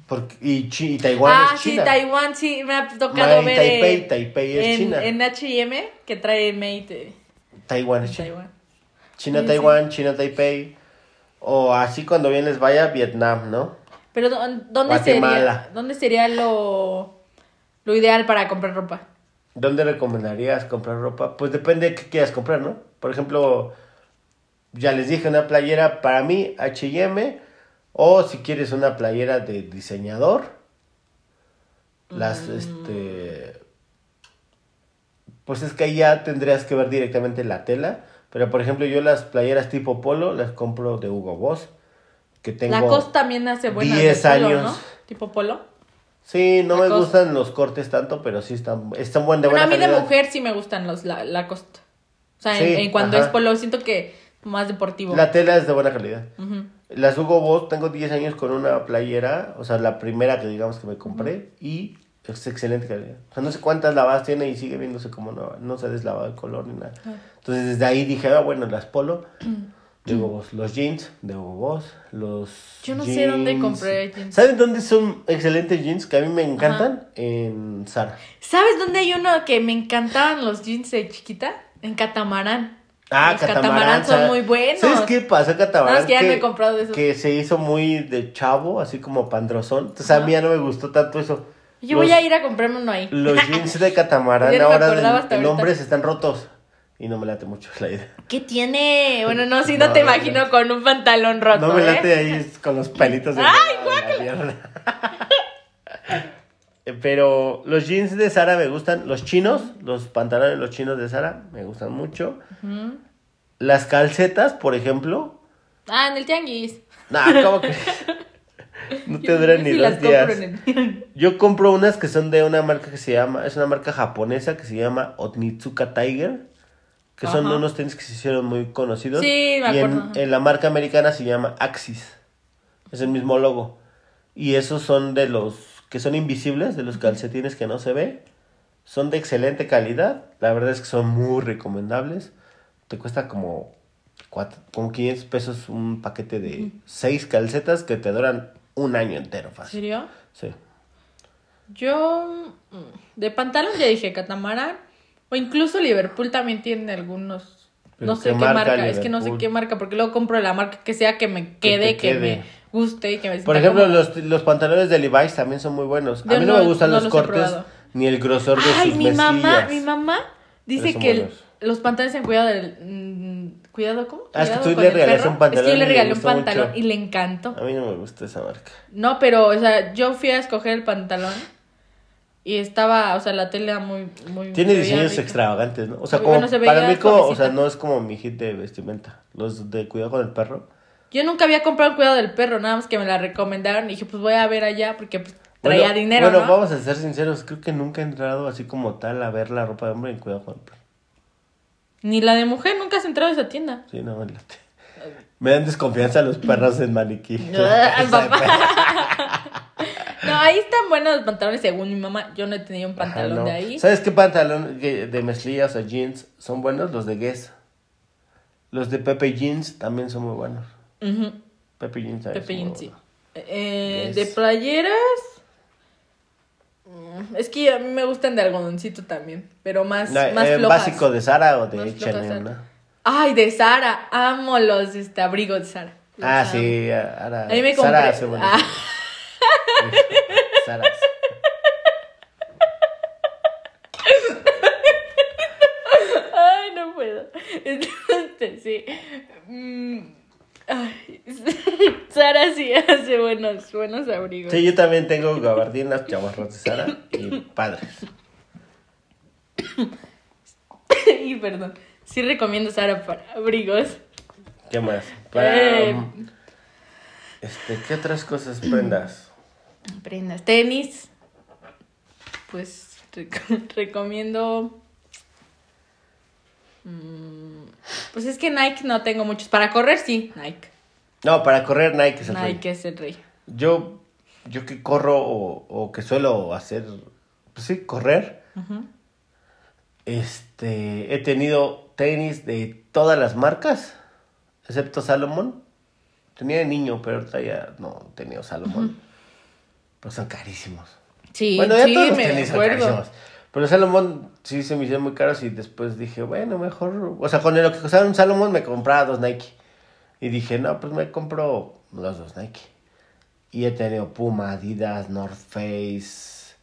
Speaker 2: Porque, y, Chi- y Taiwán
Speaker 1: ah,
Speaker 2: es
Speaker 1: sí,
Speaker 2: China.
Speaker 1: Taiwán, sí, me ha tocado
Speaker 2: Made in
Speaker 1: ver.
Speaker 2: Taipei,
Speaker 1: eh,
Speaker 2: Taipei es
Speaker 1: en,
Speaker 2: China.
Speaker 1: En H&M, que trae Mate eh,
Speaker 2: Taiwán es China.
Speaker 1: Taiwán.
Speaker 2: China,
Speaker 1: Sí,
Speaker 2: Taiwán, China, Taipei. O así cuando bien les vaya, Vietnam, ¿no?
Speaker 1: Pero ¿dó- ¿dónde
Speaker 2: Guatemala.
Speaker 1: sería, ¿dónde sería lo, lo ideal para comprar ropa?
Speaker 2: ¿Dónde recomendarías comprar ropa? Pues depende de qué quieras comprar, ¿no? Por ejemplo, ya les dije una playera para mí, HM, o si quieres una playera de diseñador, las,
Speaker 1: Mm.
Speaker 2: este, pues es que ahí ya tendrías que ver directamente la tela, Pero por ejemplo, yo las playeras tipo polo las compro de Hugo Boss. Que tengo.
Speaker 1: Lacoste también hace buenas. de
Speaker 2: 10
Speaker 1: polo,
Speaker 2: años.
Speaker 1: ¿no? Tipo polo.
Speaker 2: Sí, no me
Speaker 1: Lacoste.
Speaker 2: gustan los cortes tanto, pero sí están, están buen de
Speaker 1: Bueno,
Speaker 2: buena
Speaker 1: a mí de
Speaker 2: calidad.
Speaker 1: mujer sí me gustan los la, Lacoste. O sea, en-
Speaker 2: Sí,
Speaker 1: en, cuando
Speaker 2: ajá.
Speaker 1: es polo, siento que más deportivo.
Speaker 2: La tela es de buena calidad.
Speaker 1: Ujú.
Speaker 2: Las Hugo Boss, tengo 10 años con una playera, o sea, la primera que digamos que me compré, y es excelente calidad. O sea, no sé cuántas lavadas tiene y sigue viéndose como no, no se ha deslavado el color ni nada.
Speaker 1: Ah.
Speaker 2: Entonces, desde ahí dije, ah, bueno, las polo de Hugo Boss, los jeans de Hugo Boss, los.
Speaker 1: Yo no sé dónde
Speaker 2: jeans-
Speaker 1: compré jeans.
Speaker 2: ¿Saben dónde son excelentes jeans que a mí me encantan? En Zara.
Speaker 1: ¿Sabes dónde hay uno que me encantaban los jeans de chiquita? En catamarán.
Speaker 2: Ah,
Speaker 1: los
Speaker 2: catamarán.
Speaker 1: son
Speaker 2: ¿sabes?
Speaker 1: muy buenos.
Speaker 2: ¿Sabes qué pasó, catamarán?
Speaker 1: No, es que ya no he comprado de esos.
Speaker 2: que se hizo muy de chavo, así como pandrosón. Entonces a mí ya no me gustó tanto eso.
Speaker 1: Yo
Speaker 2: Los-
Speaker 1: voy a ir a comprarme uno ahí.
Speaker 2: Los jeans de catamarán
Speaker 1: Ya no me
Speaker 2: ahora
Speaker 1: acordaba
Speaker 2: de,
Speaker 1: hasta
Speaker 2: de
Speaker 1: ahorita.
Speaker 2: hombres están rotos. Y no me late mucho la idea.
Speaker 1: ¿Qué tiene? Bueno, no, sí, no,
Speaker 2: No,
Speaker 1: te
Speaker 2: no, no.
Speaker 1: imagino con un pantalón roto.
Speaker 2: no me
Speaker 1: ¿eh?
Speaker 2: late ahí con los pelitos de
Speaker 1: ¡Ay,
Speaker 2: la pierna. Eh, Pero los jeans de Sara me gustan. Los chinos, los pantalones, los chinos de Sara me gustan mucho. Las calcetas, por ejemplo,
Speaker 1: Ah, en el tianguis.
Speaker 2: No, ¿cómo que? No te
Speaker 1: Yo-
Speaker 2: duran
Speaker 1: yo
Speaker 2: ni
Speaker 1: sí
Speaker 2: dos
Speaker 1: las compro
Speaker 2: días.
Speaker 1: en el tianguis.
Speaker 2: Yo compro unas que son de una marca que se llama, es una marca japonesa que se llama Otnitsuka Tiger, que son
Speaker 1: Ajá.
Speaker 2: unos tenis que se hicieron muy conocidos.
Speaker 1: Sí, me
Speaker 2: y en-
Speaker 1: acuerdo,
Speaker 2: En,
Speaker 1: ajá.
Speaker 2: la marca americana se llama Axis, es el mismo logo. Y esos son de los que son invisibles, de los calcetines que no se ve. Son de excelente calidad, la verdad es que son muy recomendables. Te cuesta como, cuatro, como 500 pesos un paquete de seis calcetas que te duran un año entero
Speaker 1: ¿En
Speaker 2: fácil.
Speaker 1: serio?
Speaker 2: Sí.
Speaker 1: Yo. mm, De pantalón ya dije catamarán. O incluso Liverpool también tiene algunos.
Speaker 2: Pero
Speaker 1: No sé
Speaker 2: ¿qué
Speaker 1: qué
Speaker 2: marca
Speaker 1: marca, es que no sé
Speaker 2: Liverpool?
Speaker 1: qué marca, porque luego compro la marca que sea que me
Speaker 2: Que te
Speaker 1: quede, que,
Speaker 2: quede.
Speaker 1: me guste y que me
Speaker 2: Por
Speaker 1: sienta
Speaker 2: ejemplo,
Speaker 1: cómoda.
Speaker 2: los, los pantalones de Levi's también son muy buenos. A
Speaker 1: Yo
Speaker 2: mí no,
Speaker 1: no-
Speaker 2: me gustan
Speaker 1: no
Speaker 2: los
Speaker 1: los he
Speaker 2: cortes
Speaker 1: probado.
Speaker 2: ni el grosor de
Speaker 1: Ay,
Speaker 2: sus
Speaker 1: mi mamá,
Speaker 2: mezclillas.
Speaker 1: mi mamá dice
Speaker 2: son
Speaker 1: que el-
Speaker 2: buenos.
Speaker 1: los pantalones en cuidado del. mm, ¿Cuidado cómo?
Speaker 2: Ah, es que
Speaker 1: Cuidado
Speaker 2: tú
Speaker 1: con
Speaker 2: le
Speaker 1: el
Speaker 2: regalaste
Speaker 1: perro.
Speaker 2: un pantalón
Speaker 1: Es que yo
Speaker 2: y
Speaker 1: le
Speaker 2: le
Speaker 1: regalé un
Speaker 2: gustó mucho.
Speaker 1: pantalón y le encantó.
Speaker 2: A mí no me gusta esa marca.
Speaker 1: No, pero, o sea, yo fui a escoger el pantalón y estaba, o sea, la tela muy. muy
Speaker 2: Tiene
Speaker 1: Mm, se veía
Speaker 2: diseños
Speaker 1: rica.
Speaker 2: extravagantes, ¿no? O sea,
Speaker 1: Muy
Speaker 2: como
Speaker 1: bueno, se
Speaker 2: para
Speaker 1: veía
Speaker 2: mí como, o
Speaker 1: suavecita.
Speaker 2: sea, no es como mi hit de vestimenta. Los de cuidado con el perro.
Speaker 1: Yo nunca había comprado el cuidado del perro, nada más que me la recomendaron y dije, pues voy a ver allá porque pues, traía
Speaker 2: Bueno,
Speaker 1: dinero.
Speaker 2: Bueno,
Speaker 1: ¿no?
Speaker 2: vamos a ser sinceros, creo que nunca he entrado así como tal a ver la ropa de hombre en cuidado con el perro.
Speaker 1: Ni la de mujer, nunca has entrado a esa tienda.
Speaker 2: Sí, no me late. Me dan desconfianza los perros en maniquí.
Speaker 1: Ay,
Speaker 2: Esa de
Speaker 1: Ah, papá.
Speaker 2: perro.
Speaker 1: No, ahí están buenos los pantalones, según mi mamá. Yo no he tenido un
Speaker 2: Ajá,
Speaker 1: pantalón
Speaker 2: no.
Speaker 1: de ahí.
Speaker 2: ¿Sabes qué pantalón que- de mezclillas o jeans son buenos? Los de Guess. Los de Pepe Jeans también son muy buenos.
Speaker 1: Ujú.
Speaker 2: Pepe Jeans también
Speaker 1: Pepe
Speaker 2: son
Speaker 1: Jean,
Speaker 2: muy
Speaker 1: sí.
Speaker 2: buenos.
Speaker 1: Eh,
Speaker 2: Yes.
Speaker 1: De playeras. mm, Es que a mí me gustan de algodoncito también, pero más,
Speaker 2: No,
Speaker 1: más
Speaker 2: eh,
Speaker 1: flojas.
Speaker 2: básico de Sara o de
Speaker 1: Más flojas,
Speaker 2: H&M,
Speaker 1: Zara.
Speaker 2: ¿no?
Speaker 1: Ay, de Sara. Amo los este, abrigos de Sara. Los
Speaker 2: Ah,
Speaker 1: amo.
Speaker 2: sí, ahora.
Speaker 1: A mí me
Speaker 2: Sara
Speaker 1: compré-
Speaker 2: hace buenos
Speaker 1: Ah.
Speaker 2: abrigos. Sara.
Speaker 1: Ay, no puedo. Este, sí. Mm, ay, Sara sí hace buenos, buenos abrigos.
Speaker 2: Sí, yo también tengo gabardinas, chamarras de Sara y padres.
Speaker 1: y perdón. Sí recomiendo Sara para abrigos.
Speaker 2: ¿Qué más?
Speaker 1: Eh.
Speaker 2: Pam. Este, ¿qué otras cosas prendas?
Speaker 1: Prendas. Tenis. Pues reco- recomiendo. Mm, Pues es que Nike no tengo muchos. Para correr sí, Nike.
Speaker 2: No, para correr Nike es el rey.
Speaker 1: Nike es el rey.
Speaker 2: Yo, yo que corro o, o que suelo hacer, pues sí, correr,
Speaker 1: Ujú.
Speaker 2: este, he tenido tenis de todas las marcas, excepto Salomón. Tenía de niño, pero ahorita ya no he tenido Salomón. Pero son carísimos.
Speaker 1: Sí,
Speaker 2: bueno, ya
Speaker 1: sí,
Speaker 2: todos los
Speaker 1: me
Speaker 2: tenis son
Speaker 1: acuerdo.
Speaker 2: carísimos. Pero Salomón sí se me hicieron muy caros y después dije, bueno, mejor. O sea, con lo que costaba un Salomón me compraba dos Nike. Y dije, no, pues me compro los dos Nike. Y he tenido Puma, Adidas, North Face.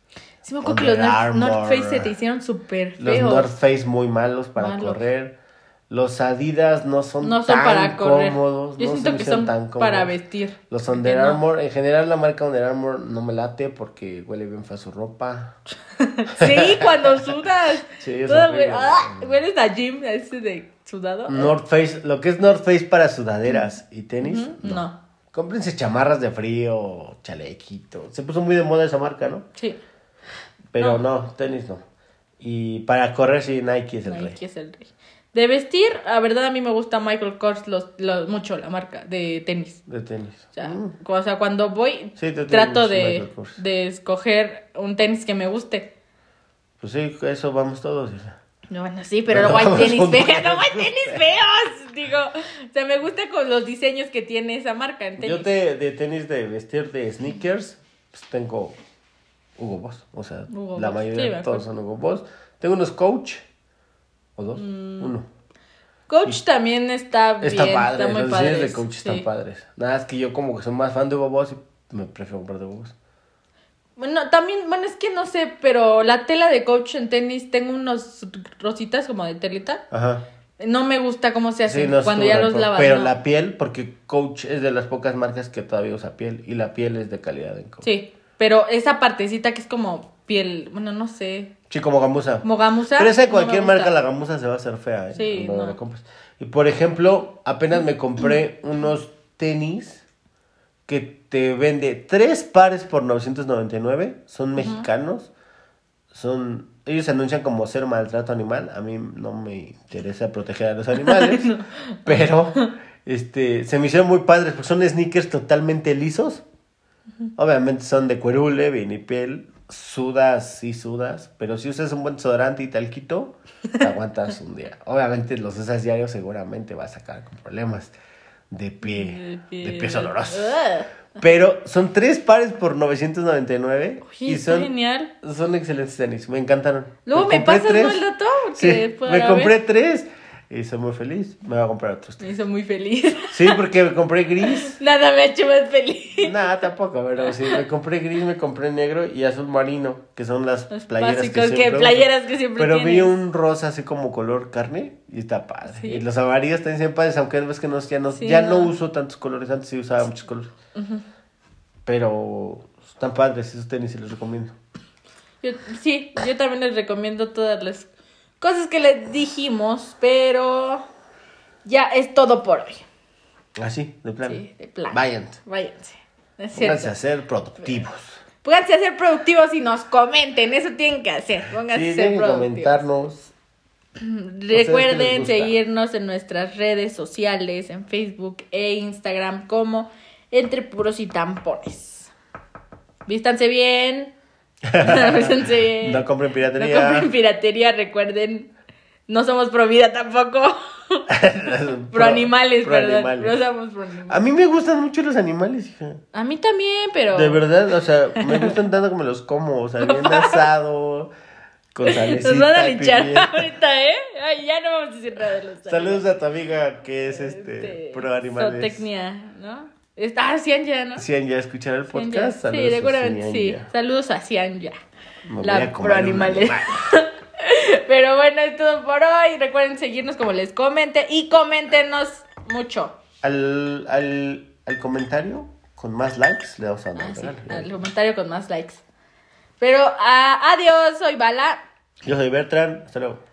Speaker 1: Sí me acuerdo que los
Speaker 2: Under
Speaker 1: North, North
Speaker 2: Armour.
Speaker 1: Face se te hicieron súper
Speaker 2: Los
Speaker 1: feos.
Speaker 2: North Face muy malos para
Speaker 1: Malos.
Speaker 2: correr. Los Adidas no son,
Speaker 1: No son
Speaker 2: tan
Speaker 1: para correr.
Speaker 2: cómodos.
Speaker 1: Yo
Speaker 2: no se
Speaker 1: siento
Speaker 2: me
Speaker 1: que son
Speaker 2: hicieron tan cómodos.
Speaker 1: para vestir.
Speaker 2: Los
Speaker 1: Porque
Speaker 2: Under
Speaker 1: no.
Speaker 2: Armour, en general la marca Under Armour no me late porque huele bien fea su ropa.
Speaker 1: Sí, cuando sudas.
Speaker 2: Sí, es
Speaker 1: Todo
Speaker 2: horrible.
Speaker 1: hue- ¡Ah! Hueles a gym, a ese de sudado.
Speaker 2: North Face, lo que es North Face para sudaderas y tenis.
Speaker 1: Ujú,
Speaker 2: no.
Speaker 1: No.
Speaker 2: Cómprense chamarras de frío, chalequito. Se puso muy de moda esa marca, ¿no?
Speaker 1: Sí.
Speaker 2: Pero no, tenis no. Y para correr sí, Nike es el
Speaker 1: Nike
Speaker 2: rey.
Speaker 1: es el rey. De vestir, la verdad a mí me gusta Michael Kors los, los- mucho, la marca de tenis.
Speaker 2: De tenis. Mm,
Speaker 1: O sea, cu- o sea, cuando voy,
Speaker 2: Sí, tú tienes
Speaker 1: trato
Speaker 2: Michael
Speaker 1: de,
Speaker 2: Kors.
Speaker 1: de escoger un tenis que me guste.
Speaker 2: Pues sí, eso vamos todos. hija.
Speaker 1: No, bueno, sí, pero no
Speaker 2: No,
Speaker 1: voy a tenis
Speaker 2: son
Speaker 1: feos, no
Speaker 2: feos.
Speaker 1: voy a tenis feos. Digo, o sea, me gusta con los diseños que tiene esa marca en tenis.
Speaker 2: Yo te, de tenis de vestir de sneakers, pues tengo Hugo Boss. O sea,
Speaker 1: Hugo
Speaker 2: la
Speaker 1: Boss,
Speaker 2: mayoría
Speaker 1: sí,
Speaker 2: de
Speaker 1: me
Speaker 2: todos son Hugo Boss. Tengo unos Coach. ¿O dos?
Speaker 1: Mm.
Speaker 2: Uno.
Speaker 1: Coach también está bien,
Speaker 2: Está
Speaker 1: está,
Speaker 2: padre,
Speaker 1: muy
Speaker 2: los
Speaker 1: padre.
Speaker 2: diseños de Coach están
Speaker 1: sí.
Speaker 2: padres. Nada, es que yo como que soy más fan de Hugo Boss y me prefiero comprar de Hugo Boss.
Speaker 1: Bueno, también, bueno, es que no sé, pero la tela de Coach en tenis, tengo unos rositas como de telita.
Speaker 2: Ajá.
Speaker 1: No me gusta cómo se
Speaker 2: Sí,
Speaker 1: hacen
Speaker 2: no
Speaker 1: cuando ya
Speaker 2: estuvo de
Speaker 1: los
Speaker 2: acuerdo.
Speaker 1: lavas.
Speaker 2: Pero
Speaker 1: ¿no?
Speaker 2: la piel, porque Coach es de las pocas marcas que todavía usa piel. Y la piel es de calidad en Coach. Sí.
Speaker 1: Sí, pero esa partecita que es como piel, bueno, no sé,
Speaker 2: como gamusa.
Speaker 1: como gamusa.
Speaker 2: Pero esa de
Speaker 1: no
Speaker 2: cualquier
Speaker 1: me gusta.
Speaker 2: marca, la gamusa se va a hacer fea, ¿eh?
Speaker 1: Sí,
Speaker 2: Cuando
Speaker 1: no.
Speaker 2: la compres. Y por ejemplo, apenas me compré unos tenis que te vende tres pares por 999. Son mexicanos. Son. Ellos se anuncian como ser maltrato animal. A mí no me interesa proteger a los animales. Pero este, se me hicieron muy padres porque son sneakers totalmente lisos. Obviamente son de cuerule, vinipiel, sudas y sudas, pero si usas un buen desodorante y talquito, te aguantas un día. Obviamente los usas diario seguramente vas a acabar con problemas de pie, de pies olorosos.
Speaker 1: Ah. Ugh.
Speaker 2: Pero son tres pares por 999
Speaker 1: Oye,
Speaker 2: y
Speaker 1: está
Speaker 2: son,
Speaker 1: genial.
Speaker 2: son excelentes tenis, me encantaron.
Speaker 1: Luego me,
Speaker 2: compré
Speaker 1: pasas
Speaker 2: tres.
Speaker 1: ¿no, el dato.
Speaker 2: Sí,
Speaker 1: Porque para
Speaker 2: me
Speaker 1: ver,
Speaker 2: compré tres y soy muy feliz. Me voy a comprar otros
Speaker 1: Me
Speaker 2: tres.
Speaker 1: hizo muy feliz.
Speaker 2: Sí, porque me compré gris.
Speaker 1: Nada me ha hecho más feliz.
Speaker 2: Nada, tampoco, pero sí, me compré gris, me compré negro y azul marino, que son las
Speaker 1: Los
Speaker 2: playeras que,
Speaker 1: básicos que,
Speaker 2: siempre uso.
Speaker 1: playeras que siempre
Speaker 2: Pero vi
Speaker 1: tienes.
Speaker 2: un rosa así como color carne y está padre.
Speaker 1: Sí.
Speaker 2: Y los amarillos también siempre padres, aunque ves que no, ya, no,
Speaker 1: Sí,
Speaker 2: ya no.
Speaker 1: no.
Speaker 2: uso tantos colores, antes sí usaba muchos colores. Pero están padres esos tenis, se los recomiendo.
Speaker 1: Yo- sí, yo también les recomiendo todas las cosas que les dijimos, pero ya es todo por hoy.
Speaker 2: Así, de plano.
Speaker 1: Sí, de plan.
Speaker 2: Vayan,
Speaker 1: Váyanse. No es cierto.
Speaker 2: pónganse a ser productivos.
Speaker 1: Pónganse a ser productivos y nos comenten. Eso tienen que hacer. Pónganse
Speaker 2: Sí,
Speaker 1: a ser
Speaker 2: tienen que
Speaker 1: productivos.
Speaker 2: comentarnos. ¿Ustedes qué les
Speaker 1: Mm, Recuerden
Speaker 2: gusta?
Speaker 1: seguirnos en nuestras redes sociales, en Facebook e Instagram, como Entre Puros y Tampones. Vístanse bien. Vístanse bien.
Speaker 2: No compren piratería.
Speaker 1: Eh, No compren piratería, recuerden. No somos pro vida tampoco.
Speaker 2: pro,
Speaker 1: Pro animales,
Speaker 2: pro
Speaker 1: perdón.
Speaker 2: animales.
Speaker 1: No somos pro animales.
Speaker 2: A mí me gustan mucho los animales, hija.
Speaker 1: A mí también, pero.
Speaker 2: De verdad, o sea, me gustan tanto como los como, o sea, bien asado, con salecita.
Speaker 1: Nos van a linchar
Speaker 2: pimienta.
Speaker 1: ahorita, ¿eh? Ay, ya no vamos a decir nada de los
Speaker 2: Saludos a tu amiga que es este,
Speaker 1: de
Speaker 2: pro animales.
Speaker 1: zootecnia, ¿no? Está a Cianya, ¿no?
Speaker 2: Si han ya escuchado el
Speaker 1: Cianya.
Speaker 2: podcast, saludos.
Speaker 1: Sí, seguramente
Speaker 2: a
Speaker 1: sí.
Speaker 2: Cianya.
Speaker 1: Saludos a Cianya.
Speaker 2: Me voy
Speaker 1: La
Speaker 2: a comer
Speaker 1: pro
Speaker 2: un
Speaker 1: animales.
Speaker 2: animal.
Speaker 1: Pero bueno, es todo por hoy. Recuerden seguirnos como les comente y coméntenos mucho.
Speaker 2: Al, al, al comentario con más likes le vamos a dar.
Speaker 1: Ah,
Speaker 2: un
Speaker 1: sí,
Speaker 2: regalo.
Speaker 1: al comentario con más likes. Pero ah, adiós, soy Bala.
Speaker 2: Yo soy Bertrand, hasta luego.